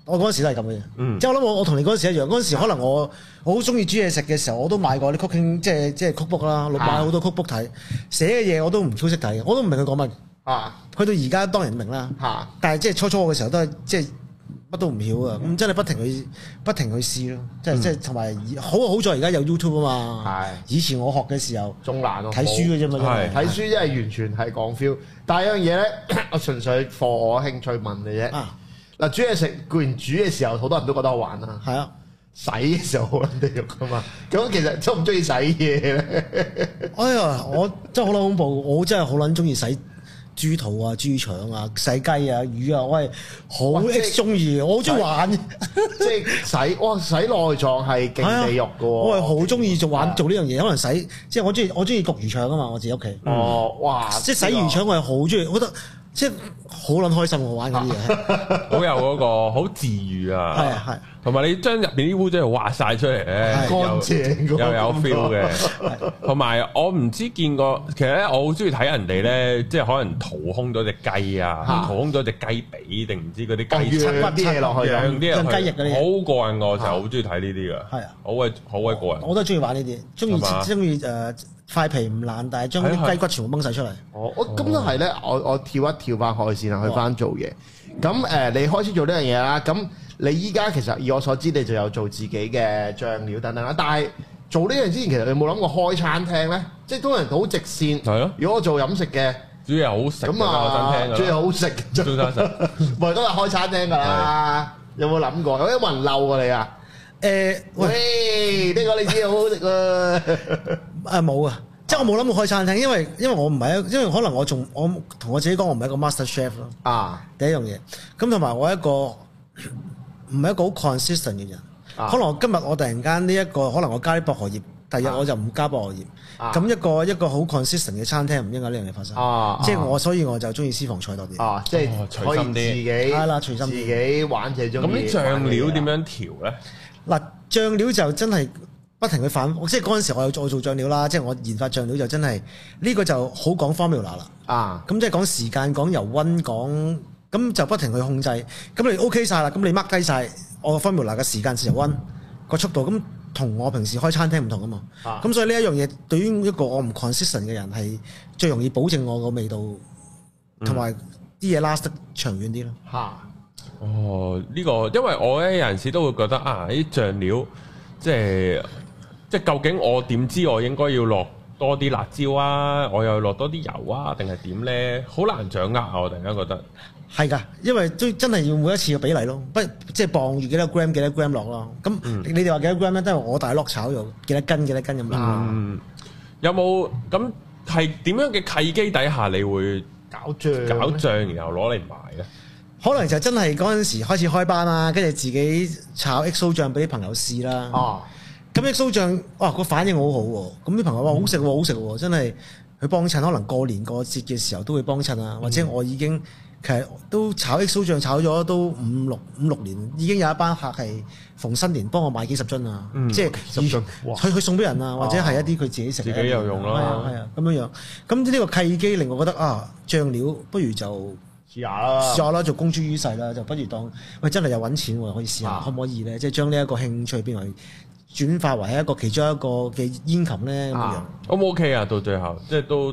我嗰陣時都係咁嘅嗯啫。即係我諗我我同你嗰陣時一樣，嗰陣時可能我我好中意煮嘢食嘅時候，我都買過啲 cooking 即係即係 cookbook 啦，買好多 cookbook 睇，寫嘅嘢我都唔超識睇嘅，我都唔明佢講乜。 啊去到而家當然明啦。嚇，但係即係初初嘅時候都係即係乜都唔曉啊！咁真係不停去不停去試咯，即係即係同埋好好在而家有 YouTube 啊嘛。係以前我學嘅時候仲難咯，睇書嘅啫嘛，係真睇係書真係完全係講 feel，但係有樣嘢咧，我純粹課我興趣問嘅啫。啊，嗱，煮嘢食固然煮嘅時候，好多人都覺得好玩啦，係啊！洗嘅時候好撚地獄噶嘛。咁其實中唔中意洗嘢咧？哎呀，我真係好撚恐怖，我真係好撚中意洗。豬肚啊、豬腸啊、洗雞啊、魚啊，我係好哇即係 X 中意，我好中意玩，即係洗，哇！洗內臟係勁地獄噶喎。啊我係好中意做係啊玩做呢樣嘢。可能洗，即係我中意我中意焗魚腸啊嘛，我自己屋企。哦，哇！即係洗魚腸，我係好中意，我覺得即係好撚開心我玩嗰啲 嘢，好有嗰個好治愈係啊，係同埋你將入邊啲污糟嘢挖晒出嚟咧，係又乾淨嗰個又有感覺 feel 嘅。同埋我唔知見過，其實咧我好中意睇人哋咧，即係可能掏空咗只雞啊，嚇掏空咗只雞髀定唔知嗰啲哦雞養啲嘢落去啊養啲養雞翼人嗰啲啊去，好過癮我就好中意睇呢啲噶，係啊好鬼好鬼過癮。我都係中意玩呢啲，中係啊嘛意中意誒塊皮唔爛，但係將係啊啲係雞骨全部掹晒出嚟。哦我我咁都係咧，我我跳一跳翻開先啦，去翻做嘢。咁誒、呃你開始做呢樣嘢啦。咁你依家其實以我所知，你就有做自己嘅醬料等等啦。但係做呢樣之前，其實你有冇諗過開餐廳咧？即係通常好直線。係咯如果我做飲食嘅，主要係好食咁㗎啦，我啊真，聽最㗎啦，好食就最好食。 咪都係開餐廳㗎啦。有冇諗過？有冇人嬲過你啊？誒喂喂，呢個你知好好食啊！誒冇啊！即係我冇諗過開餐廳，因為因為我唔係一，因為可能我仲我同我自己講，我唔係一個 master chef 咯。啊，第一樣嘢，咁同埋我一個唔係一個好 consistent 嘅人，啊可能我今日我突然間呢一個，可能我加啲薄荷葉，第日我就唔加薄荷葉，啊咁、一個一個好 consistent 嘅餐廳唔應該呢樣嘢發生，啊即係我所以我就中意私房菜多啲，啊，即係哦可隨以心啲自己係啦隨心啲自己玩自己中咁意啲醬料點樣玩嘅嘢啊？調咧？嗱、醬料就真係。不停去反，即係嗰陣時我有做我做醬料啦，即係我研發醬料就真係呢、個就好講 formula 啦。啊咁即係講時間、講油温、講咁就不停去控制。咁你 OK 晒啦，咁你 mark 低晒我個 formula 嘅時間、油温、個速度，咁同我平時開餐廳唔同啊嘛。啊咁所以呢一樣嘢對於一個我唔 consistent 嘅人係最容易保證我個味道同埋啲嘢 last 得長遠啲咯。嚇啊哦，呢、個因為我咧有陣時都會覺得啊，啲醬料即係即係究竟我點知我應該要落多啲辣椒啊，我又落多啲油啊，定係點咧？好難掌握啊！我突然間覺嗯得係㗎，因為都真係要每一次嘅比例咯，不即係磅住幾多 gram 幾多 gram 落咯。咁你你哋話幾多 gram 咧，都係我大落炒咗幾多斤幾多斤咁啊啦。嗯有冇咁係點樣嘅契機底下，你會搞醬搞醬然後攞嚟賣咧？可能就真係嗰陣時開始開班啦，跟住自己炒 XO 醬俾啲朋友試啦。哦咁 XO 醬，哇個反應好好喎！咁啲朋友話嗯好食喎，好食喎，真係佢幫襯，可能過年過節嘅時候都會幫襯嗯啊，或者我已經其實都炒 XO 醬炒咗都五六五六年，已經有一班客係逢新年幫我買幾十樽啊，即係嗯十樽哇哦佢佢送俾人啊，或者係一啲佢自己食嘅，自己又用啦係啊係啊咁樣樣。咁呢個契機令我覺得啊，醬料不如就〜試下啦啊試，下啦，做公諸於世啦，就不如當喂真係有揾錢喎，可以試下啊可唔可以咧？即係將呢一個興趣變為轉化為一個其中一個嘅煙琴咧咁樣啊。 O 唔 OK 啊？到最後即係都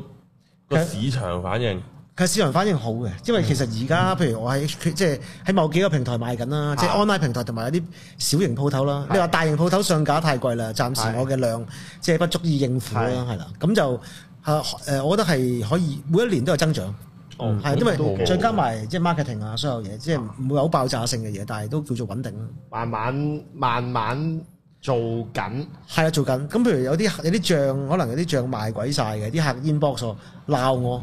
個其實市場反應其實市場反應好嘅，因為其實而嗯家譬如我喺即係喺某幾個平台賣緊啦，啊即係 online 平台同埋有啲小型鋪頭啦。你話大型鋪頭上架太貴啦，暫時係我嘅量即係不足以應付啦，係係啦。咁就嚇誒，我覺得係可以每一年都有增長。哦係，因都為幾再好加埋即係 marketing 啊，所有嘢即係唔會有好爆炸性嘅嘢，但係都叫做穩定啦。慢慢慢慢做緊係啊，做緊。咁譬如有啲有啲醬，可能有啲醬賣鬼晒嘅，啲客 inbox 我鬧我，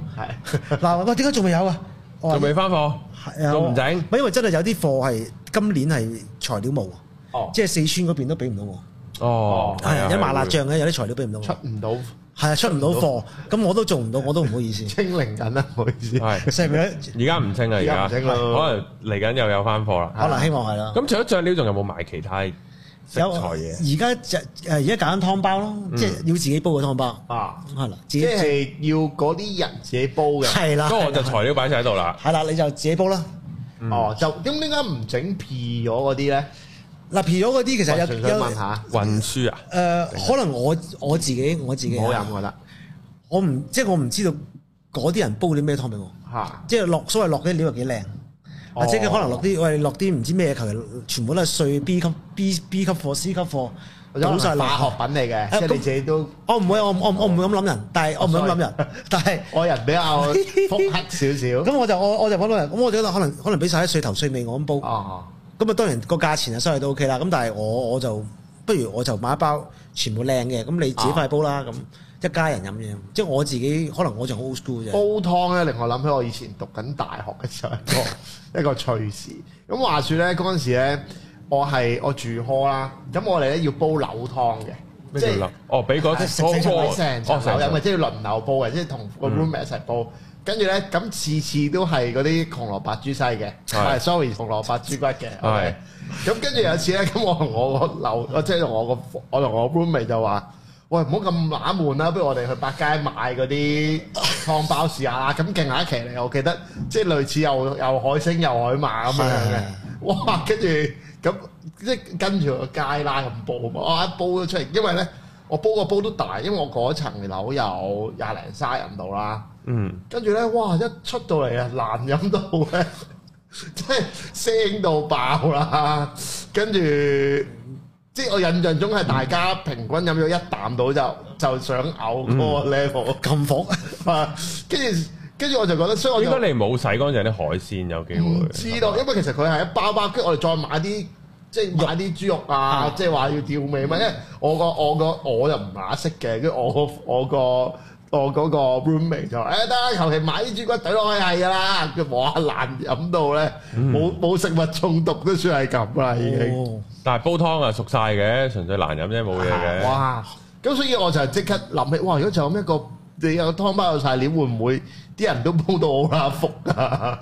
係 鬧我，喂點解仲未有啊？我話仲未翻貨，係啊仲唔我整唔係因為真係有啲貨係今年係材料冇啊，哦即係四川嗰邊都俾唔到我。哦，係啊，有麻辣會醬嘅，有啲材料俾唔到出我。唔到係啊，出唔到貨，咁我都做唔到，我都唔好 意思。清零緊啦，唔好意思。係食唔起而家唔清啦，而而家家唔可清啦能嚟緊又有翻貨啦。可能希望係啦。咁除咗醬料，仲有冇賣其他食材有嘢？而家就誒而家揀緊湯包咯，即係要自己煲嘅湯包，啊，係啦，自即己係要嗰啲人自己煲嘅。係啦，不過我就係啦材料擺晒喺度啦。係啦，你就自己煲啦。哦，就咁點解唔整撇咗嗰啲咧？嗱，皮咗嗰啲其實我純粹有有問下，運輸啊，誒、呃可能我我自己我自己啊唔好飲我覺得我唔即係我唔知道嗰啲人煲啲咩湯俾我，嚇。即係落所謂落啲料係幾靚，哦或者佢可能落啲喂落啲唔知咩，求其全部都係碎 B 級 B B 級貨 C 級貨，或者可倒能晒係落化學品嚟嘅，誒即係你咁自己都我唔會，我唔我唔我唔會咁諗人，但係我唔會咁諗哦人，但係我人比較腹 黑少少。咁我就我我就講到人，咁我就覺得可能可能俾晒啲碎頭碎尾我咁煲，哦，咁啊當然個價錢啊收嚟都 OK 啦，咁但係我我就不如我就買一包全部靚嘅，咁你自己快煲啦，啊咁一家人飲嘅，即係我自己可能我就好 old school 啫。煲湯咧令我諗起我以前讀緊大學嘅時候 一個一個趣事。咁話說咧，嗰陣時咧，我係我住 hall 啦，咁我哋咧要煲柳湯嘅，咩即叫係樓？哦，俾嗰啲係成層嗰個樓成哦層樓飲嘅，層即係要輪流煲嘅，即係同個 roommate 一齊煲。跟住咧，咁次次都係嗰啲窮蘿蔔豬西嘅，係係 sorry 窮蘿蔔豬骨嘅。係 OK 咁跟住有次咧，咁我同我個樓，我即係同我個我同我 roommate 就話：，喂，唔好咁冷門啦，不如我哋去百佳買嗰啲湯包試下啦。咁勁下一期嚟，我記得即係類似又又海星又海馬咁樣係嘅。哇！跟住咁即係跟住個街拉咁煲嘛，哦我一煲咗出嚟，因為咧我煲個煲都大，因為我嗰層樓有廿零沙人度啦。嗯，跟住咧，哇！一出到嚟啊，難飲到 咧，即係腥到爆啦。跟住，即係我印象中係大家平均飲咗一啖到就就想嘔嗰個 level 嗯咁服， 啊。跟住，跟住我就覺得，所以我應該就你冇洗乾淨啲海鮮有機唔會。知道，因為其實佢係一包包，跟住我哋再買啲。即係買啲豬肉啊！即係話要調味嘛，因為我個我個我就唔乸識嘅，跟住我個 我個我嗰個 roommate 就話：，誒得啦，求其買啲豬骨懟落去係㗎啦。佢哇難飲到咧，冇冇食物中毒都算係咁啦，已經。哦但係煲湯啊熟晒嘅，純粹難飲啫，冇嘢嘅。哇！咁所以我就即刻諗起，哇！如果就咁一個你有湯包有晒料，會唔會啲人都煲到好乸福 啊？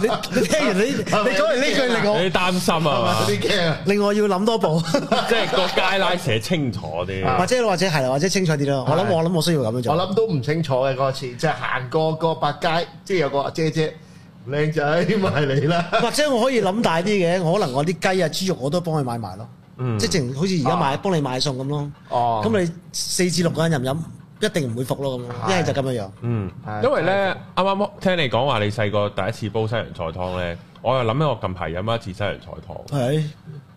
你你 聽完你你講完呢句令我你擔心啊嘛？啲驚啊！令我要諗多步，即係個街拉寫清楚啲。或者或者係啦，或者清楚啲咯。我諗啊係我諗我需要咁樣我做。諗都唔清楚嘅嗰次，即係行過個百佳，即係有個姐姐靚仔埋嚟啦。或者我可以諗大啲嘅，我可能我啲雞啊、豬肉我都幫佢買埋咯，嗯即係正如好似而家買啊幫你買餸咁咯。哦咁你四至六個人飲飲，一定唔會服咯咁樣，係一係就咁樣樣。嗯啊係，因為咧啱啱聽你講話你細個第一次煲西洋菜湯咧，我又諗起我近排飲一次西洋菜湯。係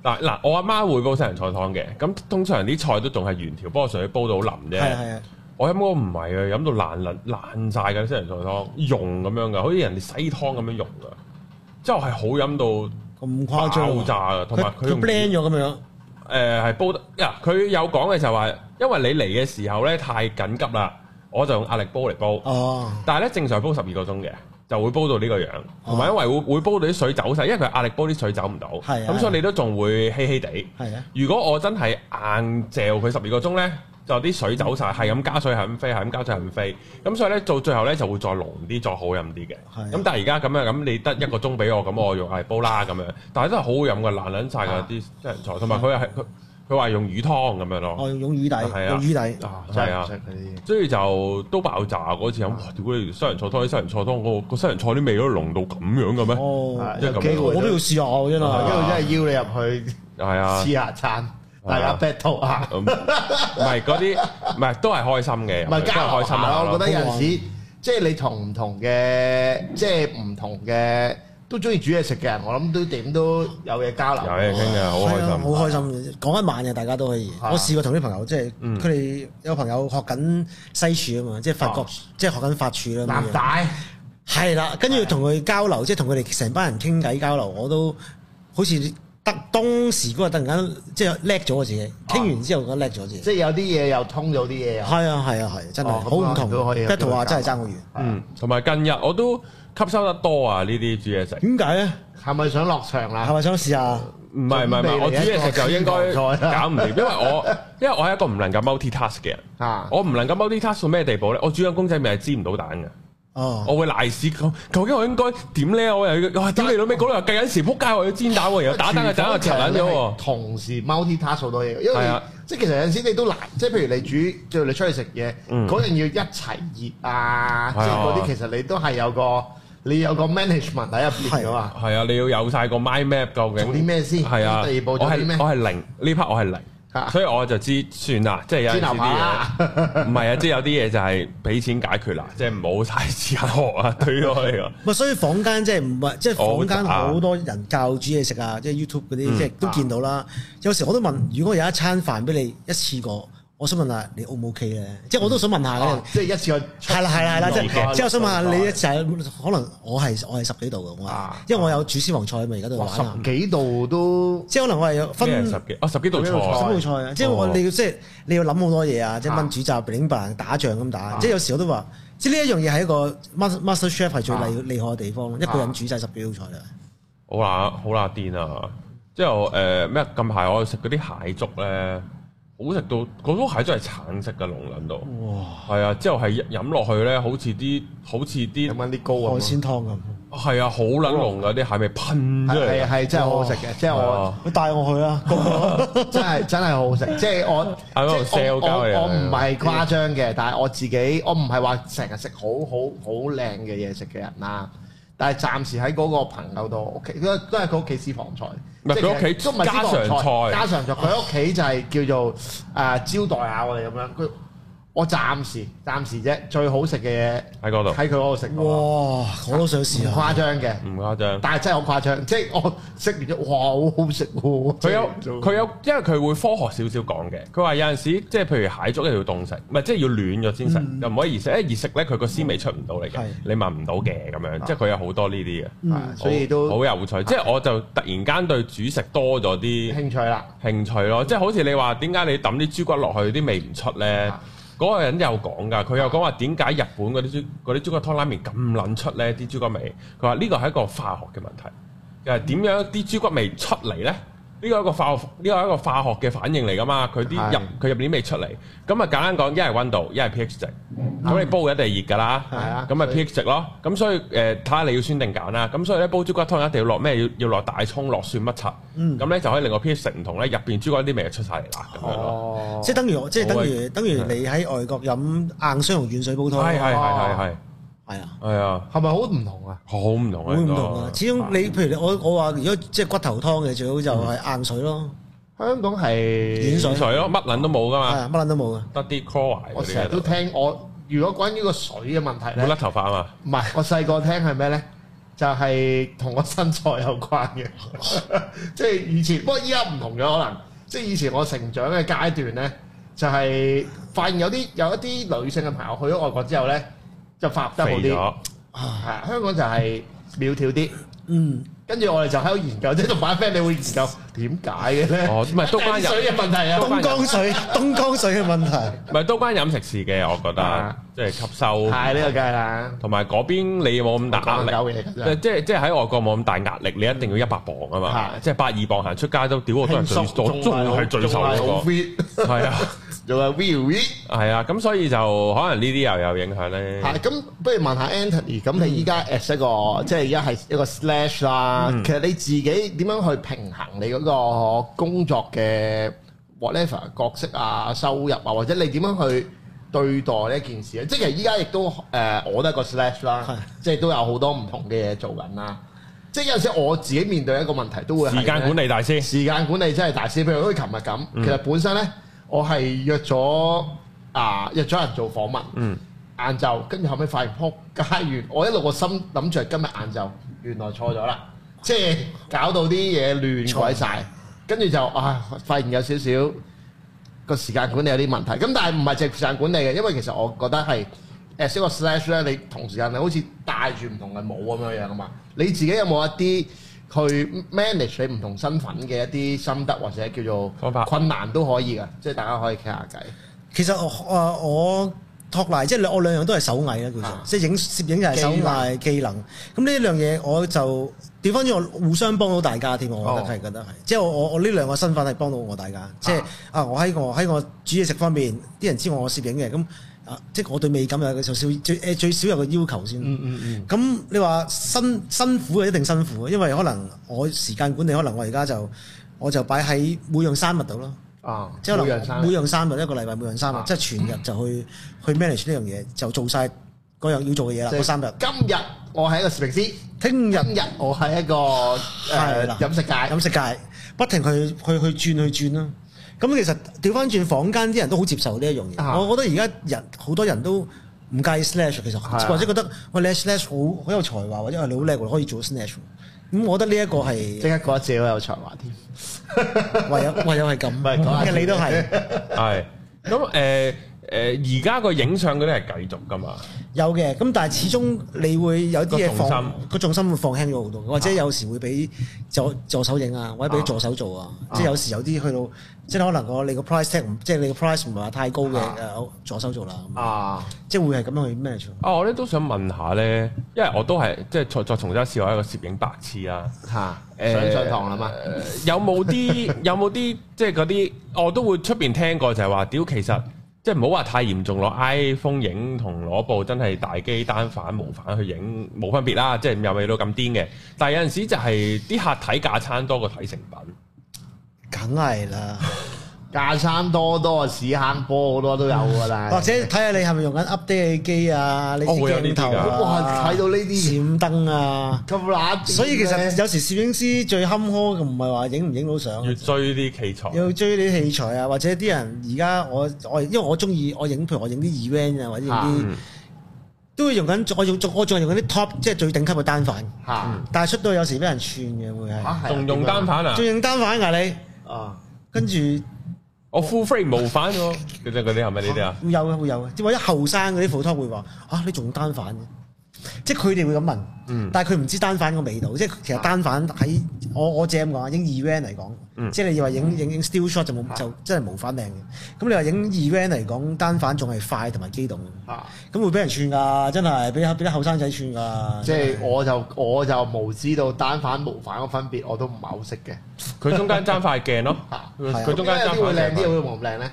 嗱嗱，我阿媽會煲西洋菜湯嘅，咁通常啲菜都仲係原條，不過純粹煲到好腍係啊啫。係啊，我飲嗰個唔係啊，飲到爛爛爛曬嘅西洋菜湯，溶咁樣噶，好似人哋西湯咁樣溶噶，之後係好飲咁到爆誇張啊。炸噶，同佢埋佢佢用 blend 咗咁樣，誒係煲得，呀佢有講嘅就係話，因為你嚟嘅時候咧太緊急啦，我就用壓力煲嚟煲。哦，但係咧正常煲十二個鐘嘅，就會煲到呢個樣，同埋因為會會煲到啲水走晒，因為佢壓力煲啲水走唔到，係啊咁所以你都仲會稀稀地。係啊，如果我真係硬嚼佢十二個鐘呢，就啲水走晒，係咁加水，係咁飛，係咁加水，係咁飛。咁所以呢，到最後呢，就會再濃啲，再好飲啲嘅。係咁但係而家咁樣，咁你得一個鐘俾我，咁我用係煲啦咁樣。但係真係好好飲嘅，爛撚晒㗎啲西洋菜，同埋佢係佢佢話用魚湯咁樣咯。我哦用魚底，係啊用魚底，啊，真係係唔啊識。嗰啲嘢所以就都爆炸嗰次飲，哇！屌你西洋菜湯，西洋菜湯，我個西洋菜啲味都濃到咁樣嘅咩？哦啊，即係有咁機我會都要都，啊試下喎真因係。為真係邀你入去係啊，黐下餐，大家 battle 下，嗯唔係嗰啲，唔係都係開心嘅，唔都係交係開流心啊下啦。下我咯覺得有陣時即係你同唔同嘅，即係唔同嘅都中意煮嘢食嘅人，我諗都點都有嘢交流。有嘢傾嘅，好開係啊心。好開心，講一晚嘅大家都可以。啊我試過同啲朋友，即係佢哋有朋友學緊西廚啊嘛，即係法國啊，即係學緊法廚啦。男大係啦，跟住同佢交流，即係同佢哋成班人傾偈交流，我都好似得當時嗰日突然間即係叻咗我自己，傾完之後覺得叻咗自己。即係有啲嘢又通咗啲嘢又。係啊係啊係，真係哦咁好唔同都可以。有 battle 啊，交流真係爭好遠。嗯，同埋近日我都吸收得多啊，呢啲煮嘢食。點解咧？係咪想落場啦啊係？咪想試下？唔係唔係唔係，我煮嘢食就應該搞唔掂，因為我因為我係一個唔能夠 multitask 嘅人。啊，我唔能夠 multitask 到咩地步咧？我煮緊公仔麵係煎唔到蛋嘅，哦，我會賴屎。究究竟我應該點咧？我又要哇！屌你老味，嗰度又計緊時，撲街我要煎蛋啊啊喎，然後打啊蛋嘅蛋又我柒撚咗喎。同時 multitask 好多嘢，因係為啊即係其實有陣時你都難，即係譬如你煮，即係你出去食嘢，嗯嗰樣要一齊熱啊，係即係啊嗰啲其實你都係有個你有個 management 喺入邊噶嘛。係啊，你要有晒個 mind map 究竟做啲咩先係啊，咁第二步我做係啲咩我係零呢 part，我係零，嚇所以我就知算啦，即係有陣時煎牛啲扒嘢啊。唔係啊，即係有啲嘢就係俾錢解決啦，即係唔好嘥時間學啊，對於我嚟講。咪所以坊間即係唔係即係我好坊間好多人教煮嘢食啊，即係 YouTube 嗰啲，即係都見到啦。有時我都問，如果有一餐飯俾你一次過，我想問下你 O 唔 OK 咧？即係我都想問下 嘅啊。即係一次過出係啦係啦係啊啦，即唔同嘅係即係我想問下你一就係可能我係我係十幾度嘅，我係啊因為我有煮私房菜咪而家都哇玩啊下，十幾度都即係可能我係有分咩分十幾啊十幾道十幾道菜菜道菜啊，即係我哦你要即係你要諗好多嘢啊，即係啊炆煮炸、餅扮打仗咁啊打，即係有時我都話，即係呢一樣嘢係一個 master master chef 係最啊厲厲害嘅地方咯，一個人煮晒十幾道菜啦。好啊呃乸好乸癲啊！之後誒咩？近排我食嗰啲蟹粥咧，好食到嗰種蟹真係橙色嘅龍撚到，哇！係啊，之後係飲落去咧，好似啲好似飲啲緊啲高海啊，鮮湯咁，係啊，好撚濃噶啲蟹味噴出係嚟係真係好好食哦嘅，即係㗎，係我啊你帶我去 啦，真係真係好好食，即係我喺度即係 sell 我交你啊我我唔係誇張嘅，但係我自己我唔係話成日食好好好靚嘅嘢食嘅人啦。但係暫時喺嗰個朋友度屋企，都都係佢屋企私房菜，唔係即係佢屋企都唔係私房家家常菜佢屋企就係叫做啊誒招待下我哋咁樣。佢我暫時暫時啫，最好食嘅嘢喺嗰度，喺佢嗰度食過，唔哇！我都想試下。啊誇張嘅。唔誇張。但係真係好誇張，即係我食完咗，哇，好好食喎！佢有佢有，因為佢會科學少少講嘅。佢話有陣時即係譬如蟹粥一定要凍食，唔係即係要暖咗先食，嗯又唔可以熱食。因為熱食咧，佢個鮮味出唔到嚟嘅係，你聞唔到嘅咁樣。即係佢有好多呢啲嘅，啊所以好都好有趣。即係我就突然間對煮食多咗啲興趣啦。興趣咯。即係好似你話點解你抌啲豬骨落去啲味唔出咧啊？嗰個人有講㗎，佢又講話點解日本嗰啲豬嗰啲豬骨湯拉麵咁撚出咧啲豬骨味？佢話呢個係一個化學嘅問題，又係點樣啲豬骨味出嚟咧？呢個係一個化學，呢個係一個化學嘅反應嚟㗎嘛？佢啲係入佢入邊啲味出嚟，咁啊簡單講，一係温度，一係 pH 值。咁你煲嘅一定係熱㗎啦，係啊咁咪所以 pH 值咯。咁所以誒，睇下你要酸定鹼啦。咁所以咧煲豬骨湯一定要落咩？要要落大葱，落蒜乜柒。咁咧就可以令個 pH 值唔同咧，入邊豬骨啲味就出晒嚟啦，咁樣咯。哦即係等於我，即係等好啊於等於你喺外國飲硬水同軟水煲湯，啊係係係係係係啊，係啊，係咪好唔同啊？好唔同啊，會唔同啊呢？個始終你譬如你我我話，如果即係骨頭湯嘅最好就嗯係硬水咯，香港係軟水水咯，乜撚都冇噶係嘛，啊乜撚都冇嘅。得啲 chloride 我嗰成啲日喺都度，聽我，如果關於個水嘅 問題冇甩咧，頭髮啊嘛。唔係我細個聽係咩咧？就係同我身材有關嘅，即係以前，不過依家唔同咗可能，即係以前我成長嘅階段咧，就係發現有啲有一啲女性嘅朋友去咗外國之後咧，就發得好肥啲，咗，係啊香港就係苗條啲。嗯，跟住我哋就喺度研究，即係同班 friend 你會研究點解嘅咧？哦唔係都關一定係人水嘅問題啊！東江水東江水嘅問題， 唔係都關飲食事嘅，我覺得啊，即係吸收，係呢個梗係啦，同埋嗰邊你冇咁大壓力。狗嘢㗎即真係即即喺外國冇咁大壓力，你一定要一百磅啊嘛，係即係百二磅行出街都屌我都係最仲我仲係最瘦仲係好嗰 fit，個， 係啊 仲係 v v 係啊，咁所以就可能呢啲又有影響咧。係咁，不如問下 Anthony，咁嗯你依家 as 一個即係而家係一個 slash 啦，嗯其實你自己點樣去平衡你嗰個工作嘅 whatever 角色啊、收入啊，或者你點樣去？對待呢一件事咧，啊即係其實依家亦都誒、呃我都係個 slash 啦，即係都有好多唔同嘅嘢做緊啦。即係有時我自己面對一個問題都會係時間管理大師， 時間管理真係大師，譬如好似琴日咁，其實本身呢，我係約咗啊約咗人做訪問，嗯晏晝跟住後尾發現撲街完，我一路個心諗住係今日晏晝，原來錯咗啦，即係搞到啲嘢亂鬼晒，跟住就啊發現有少少個時間管理有啲問題，咁但係唔係淨係時間管理嘅，因為其實我覺得係。誒一個 slash 咧，你同時間你好似戴住唔同嘅帽咁樣樣啊嘛。你自己有冇一啲去 manage 你唔同身份嘅一啲心得或者叫做方法困難都可以㗎，即係大家可以傾下偈。其實我啊我托賴即係兩我兩樣都係手藝啦，叫做啊即係影攝影就係手藝技能。咁呢兩樣嘢我就調翻轉，我互相幫到大家添，我覺得係覺得係。即係我我我呢兩個身份係幫到我大家，即係哦啊我喺我喺我煮嘢食方面，啲人知我攝影嘅咁。啊！即係我對美感有少少最誒最少有個要求先。嗯嗯。咁你話辛辛苦啊嘅一定辛苦嘅，因為可能我時間管理，可能我而家就我就擺喺每樣生物度咯，啊，即係可每能樣生每樣生物一個禮拜每樣生物，啊即係全日 就去去 manage 呢樣嘢，就做晒嗰樣要做嘅嘢啦，即係嗰三日。今日我係一個攝影師，聽日今日我係一個係誒啦飲食界飲食界不停去去去轉去轉啦。咁其實調翻轉房間啲人都好接受呢一樣嘢。啊我覺得而家人好多人都唔介意 slash，其實係啊或者覺得喂你 slash 好好有才華，或者係你好叻喎，可以做 slash。咁我覺得呢一個係即刻覺得自己好有才華添。唯有唯有係係講咁，下嘅你都係係咁誒誒而家個影相嗰啲係繼續噶嘛，有嘅，咁但係始終你會有啲嘢個重心啊放個重心會放輕咗好多，或者有時會俾助助手影啊，或者俾助手做啊，即係有時有啲去到即係可能個你個 price tag 唔即係你個 price 唔係話太高嘅啊誒助手做啦，咁啊，即係會係咁樣去 manage 咯。啊我咧都想問下咧，因為我都係即係再再重新試我一個攝影白痴啊啦。嚇，誒上上堂啦嘛，誒呃有冇 啲有冇啲即係嗰啲，我都會出邊聽過就係話，屌其實即係唔好話太嚴重攞 iPhone 影同攞部真係大機單反無反去影冇分別啦，即係又未到咁癲嘅。但係有陣時就係啲客睇架餐多過睇成品，梗係啦，架生多多啊，屎坑波好多都有㗎啦，或者睇下你係咪用緊 update 嘅機啊，你哦啲會有呢啲鏡頭啊，㗎哇睇到呢啲閃燈啊，咁乸癲嘅，所以其實有時攝影師最坎坷嘅唔係話影唔影到相。啊要追啲器材。要追啲器材啊，或者啲人而家我我因為我中意我影，譬如我影啲 event 啊，或者影啊啲、嗯都會用緊，我用我仲係用緊啲 top 即係最頂級嘅單反，嚇但係出到有時俾人串嘅會係，嚇仲用單反啊仲？用單反㗎你，啊，跟住我 full frame 無反喎，嗰啲嗰啲係咪呢啲啊？會有嘅會有嘅，即係或者後生嗰啲 photo 會話啊你仲用單反嘅，即係佢哋會咁問，嗯但係佢唔知單反個味道，即係其實單反喺我我正咁講啊，影 event 嚟講，嗯即係你話影影影 still shot 就冇就真係無反靚嘅，咁你話影 event 嚟講單反仲係快同埋機動嘅。嚇咁會俾人串㗎，真係俾俾啲後生仔串㗎。即係我就我就無知道單反無反嘅分別，我都唔係好識嘅。佢中間爭塊鏡咯啊，佢係啊佢中間有爭啲會塊靚鏡。啲，會冇咁靚咧？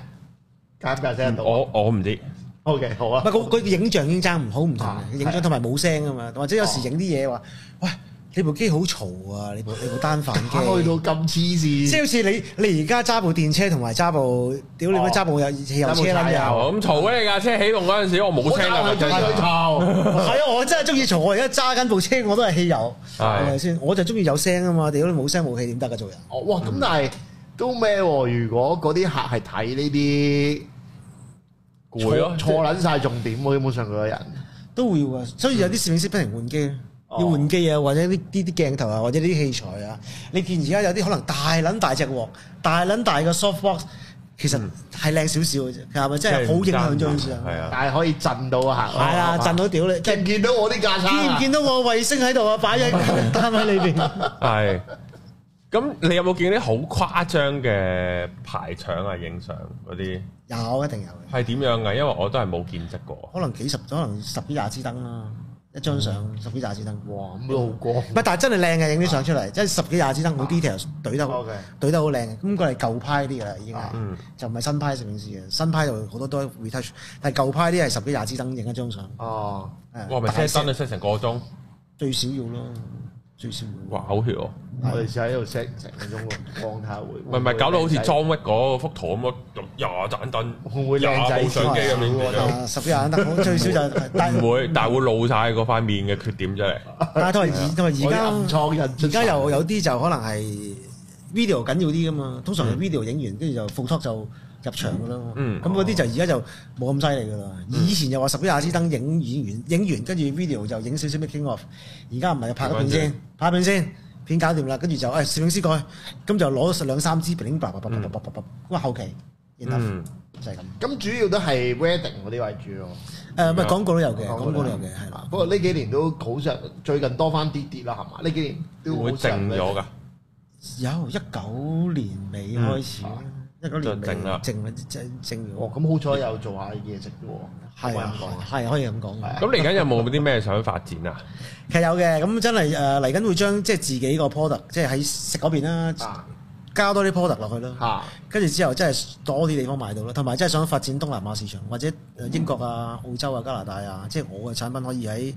解唔解釋得到我嗯我唔知， ？OK，好唔啊係。個個影像已經爭唔好唔同啊哦嘅，影像同埋冇聲啊嘛，或者有時影啲嘢話，喂你部機好嘈啊，你部你部單反機打。 去到咁黐即係線，好似你你而家揸部電車同埋揸部屌你咪哦揸部有汽油車揸部撚柴油油，哦咁嘈嘅你架車起動嗰陣時，我冇聲㗎佢真佢係。嘈， 係啊！我真係中意嘈，我而家揸緊部車我都係汽油，係係咪先？我就中意有聲啊嘛，屌你冇聲冇氣點得㗎做人？哦哇！咁但係都咩喎？如果嗰啲客係睇呢啲。攰咯錯錯撚晒重點喎，基本上佢個人都會喎，所以有啲攝影師不停換機，哦要換機啊，或者啲啲啲鏡頭啊，或者啲器材啊。你見而家有啲可能大撚大隻鑊，大撚大個 softbox，其嗯實係靚少少嘅啫，係咪真係好影響咗影相？係啊。但係可哦以震到個客。係啦，震到屌你！即係見唔見到我啲架撐見唔啊？見到我衛星喺度啊？擺咗喺單位裏邊， 系。咁你有冇見啲好誇張嘅排場啊、影相嗰啲有一定有嘅，係點樣嘅？因為我都係冇見識過。可能幾十，可能十幾廿支燈啦，一張相十幾廿支燈。嗯啊唔哇！咁都好光。係，但係真係靚嘅，影啲相出嚟，即係十幾廿支燈好 detail，懟得好 OK 懟得好靚嘅。咁佢係舊派啲嘅啦，已經係。嗯，就唔係新派攝影師嘅，新派就好多都 retouch，但係舊派啲係十幾廿支燈影一張相，哦，誒哇！咪大 set 燈都 set 成個鐘，最少要咯，最少要。哇！口血喎，我哋試下喺度 set 成個鐘喎光睇下咪會。咪搞到好似裝屈嗰幅圖咁咯，用廿盞燈，會唔會靚仔廿部相機咁會唔會靚樣。啊十幾廿燈好，最少就 但唔會，但係會露晒嗰塊面嘅缺點出嚟。但係同埋而同我啲埋暗而家瘡人出而家又有啲就可能係 video 緊要啲噶嘛，通常係 video 影完跟住就 photo 就入場噶啦嘛，嗯咁嗰啲就而家就冇咁犀利噶啦。以前就話十幾廿支燈影影完，影完跟住 video 就影少少 making of，而家唔係拍咗片先，拍片先。片搞掂啦，跟住就誒哎攝影師過去，咁就攞咗兩三支 bling bling bling bling bling bling，咁啊後期，然後嗯，就係咁。咁主要都係 wedding 嗰啲為主咯。誒唔係廣告都有廣嘅，廣告告都有都有嘅，係啦。不過呢幾年都好上，最近多翻啲啲啦，係嘛？呢幾年都會好上靜咗㗎。有一九年尾開始啦，一九年尾嗯啊就靜啦靜啦，即係靜哦，咗。咁好彩有做下嘢食啫喎。係可以咁啊講，係可以咁講係啊嘅。咁嚟緊有冇啲咩想發 展啊？其實有嘅，咁真係誒嚟緊會將即係自己個 product，即係喺食嗰邊啦，啊加多啲 product 落去啦。嚇跟住之後，真係多啲地方買到啦，同埋真係想發展東南亞市場，或者嗯誒英國啊、澳洲啊、加拿大啊，即係我嘅產品可以喺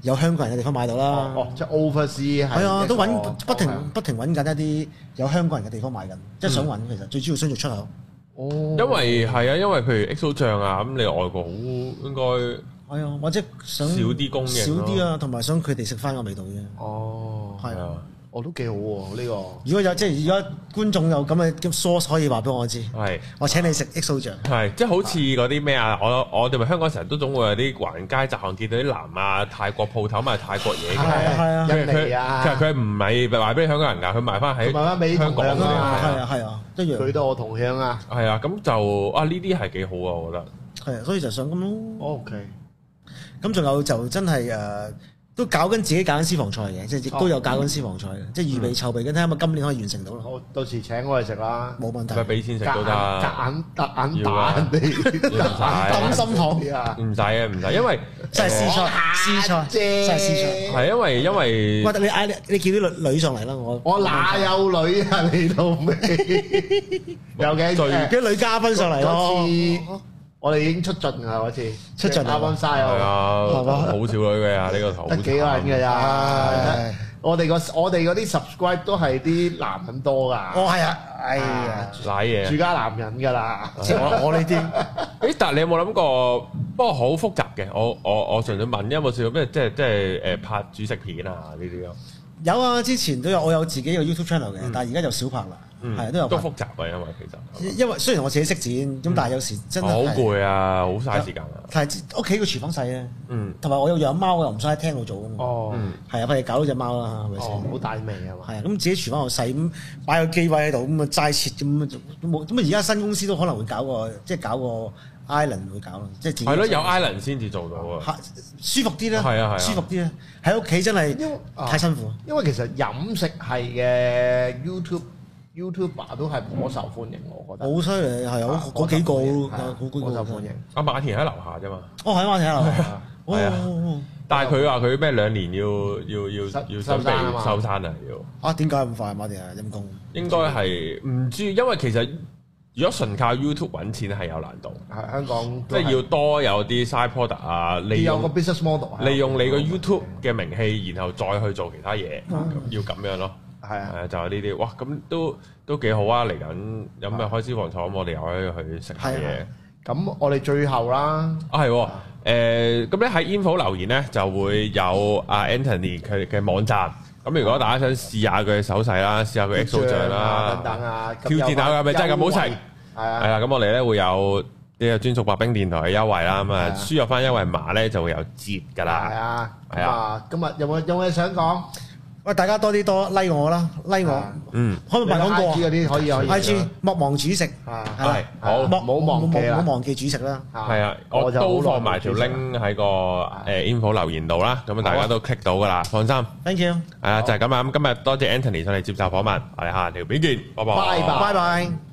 有香港人嘅地方買到啦。哦，哦即係 oversea 係哦係啊，都一個揾不方向停不停揾緊一啲有香港人嘅地方買緊，即係嗯想揾其實最主要需要出口。哦，因為係啊，因為譬如 XO 醬啊，咁你外國好應該係啊，或者想少啲供應少咯啲啊，同埋想佢哋食翻個味道啫。哦，係係啊，啊，我都幾好喎呢個。如果有即係而家觀眾有咁嘅咁 source 可以話俾我知，係。我請你食 XO 醬。係，即係好似嗰啲咩啊！我我哋咪香港成日都總會有啲橫街集巷見到啲南亞啊泰國鋪頭賣泰國嘢嘅。係啊係啊其實印佢尼其啊實，佢唔係賣俾香港人㗎，佢賣翻佢賣返俾喺香港嗰係啲同鄉人啊係啊。係啊係啊，一佢樣。都我同鄉啊，係啊，咁就啊呢啲係幾好啊，我覺得。係，所以就想咁咯。 O K，咁仲有就真係誒、呃都搞緊自己搞緊私房菜嘅，即係亦哦都有搞緊私房菜嘅，即係預備籌備緊，睇下咪今年可以完成到咯。我到時請我哋食啦，冇問咪題，俾錢食夾都硬得，夾硬夾硬要啊打人哋，唔使抌心好湯，啊！唔使啊，唔使，因為真係私菜，私菜，真係私菜。係因為因為喂，你嗌你你叫啲女女上嚟啦，我我哪有女啊？你老味，有最嘅誒叫啲女嘉賓上嚟嗰咯次。我哋已經出盡啦嗰次，出盡啱啦啱係嘥我，啊，係嘛好少女嘅啊，呢個頭好得幾個人慘㗎咋？唉我哋個我哋嗰啲 subscribe 都係啲男人多㗎，我係啊，哎呀，賴嘢啊住。家男人㗎啦。即係 我我呢啲誒，但係你有冇諗過？不過好複雜嘅，我我我純粹問，因為我試過咩，即係即係誒拍主食片啊呢啲咯，有啊，之前都有，我有自己個 YouTube channel 嘅，但係而家就少拍啦，嗯係都有都拍。複雜啊，因為其實因為雖然我自己識剪，咁但係有時真係嗯好，攰啊，好嘥時間啊，但係屋企個廚房細啊，嗯，同埋我有養貓，我又唔想喺廳度做啊嘛。哦嗯係啊，費事搞到只貓啦，係咪先哦？，好大味啊嘛係。啊，咁自己廚房又細，咁擺個機位喺度，咁啊齋切咁啊都冇。咁啊而家新公司都可能會搞個，即係搞個 island 會搞咯，即係自己係咯，有 island 先至做到啊，嚇舒服啲咧，係啊係啊舒服啲咧。喺屋企真因為係啊太辛苦。因為其實飲食係嘅 YouTube YouTuber 都係頗受歡迎，我覺得。好犀利，係啊，好我嗰幾個係啊好幾個我受歡迎。阿馬田喺樓下啫嘛，哦，喺馬田樓下，哦係啊哦但係佢話佢咩兩年要要要收要收準山啊嘛備收山啊，要。哦啊點解咁快馬田啊？陰公應該係唔知，因為其實如果純靠 YouTube 揾錢係有難度，係香港即都係，係要多有啲 side product 啊，利要有個用 business model 啊。利用你個 YouTube 嘅名氣，然後再去做其他嘢，嗯要咁樣咯。係啊，誒就係呢啲，哇！咁都都幾好啊！嚟緊有咩開私房菜，咁我哋又可以去食下嘢係。咁我哋最後啦，啊係喎，誒咁咧喺 info 留言咧就會有阿 Anthony 佢嘅網站。咁如果大家想試下佢嘅手勢啦，試下佢 XO 醬啦，啊等等啊，咁挑戰下佢係咪真係咁好有優食惠？係係啊，啦，咁我哋咧會有呢個專屬白冰電台嘅優惠啦，咁係啊啊輸入翻優惠碼咧就會有折㗎係啦。啊，咁係啊，今日有冇有冇嘢想講？喂，大家多啲多 like 我啦，like 我啊嗯，可唔可以賣廣告啊你個 IG 嗰啲可以可以 I G 莫忘煮食，啊係啦係好莫唔好忘記啦唔好忘記煮食啦。啊係啊，我就都好耐放埋條冇煮食啦 link 喺個誒 info 留言度啦，咁啊大家都 click 到㗎啦，放心。 Thank you，係啊，就係咁啊，咁今日多謝 Anthony 上嚟接受訪問，我哋下條片見，拜拜。拜拜拜拜。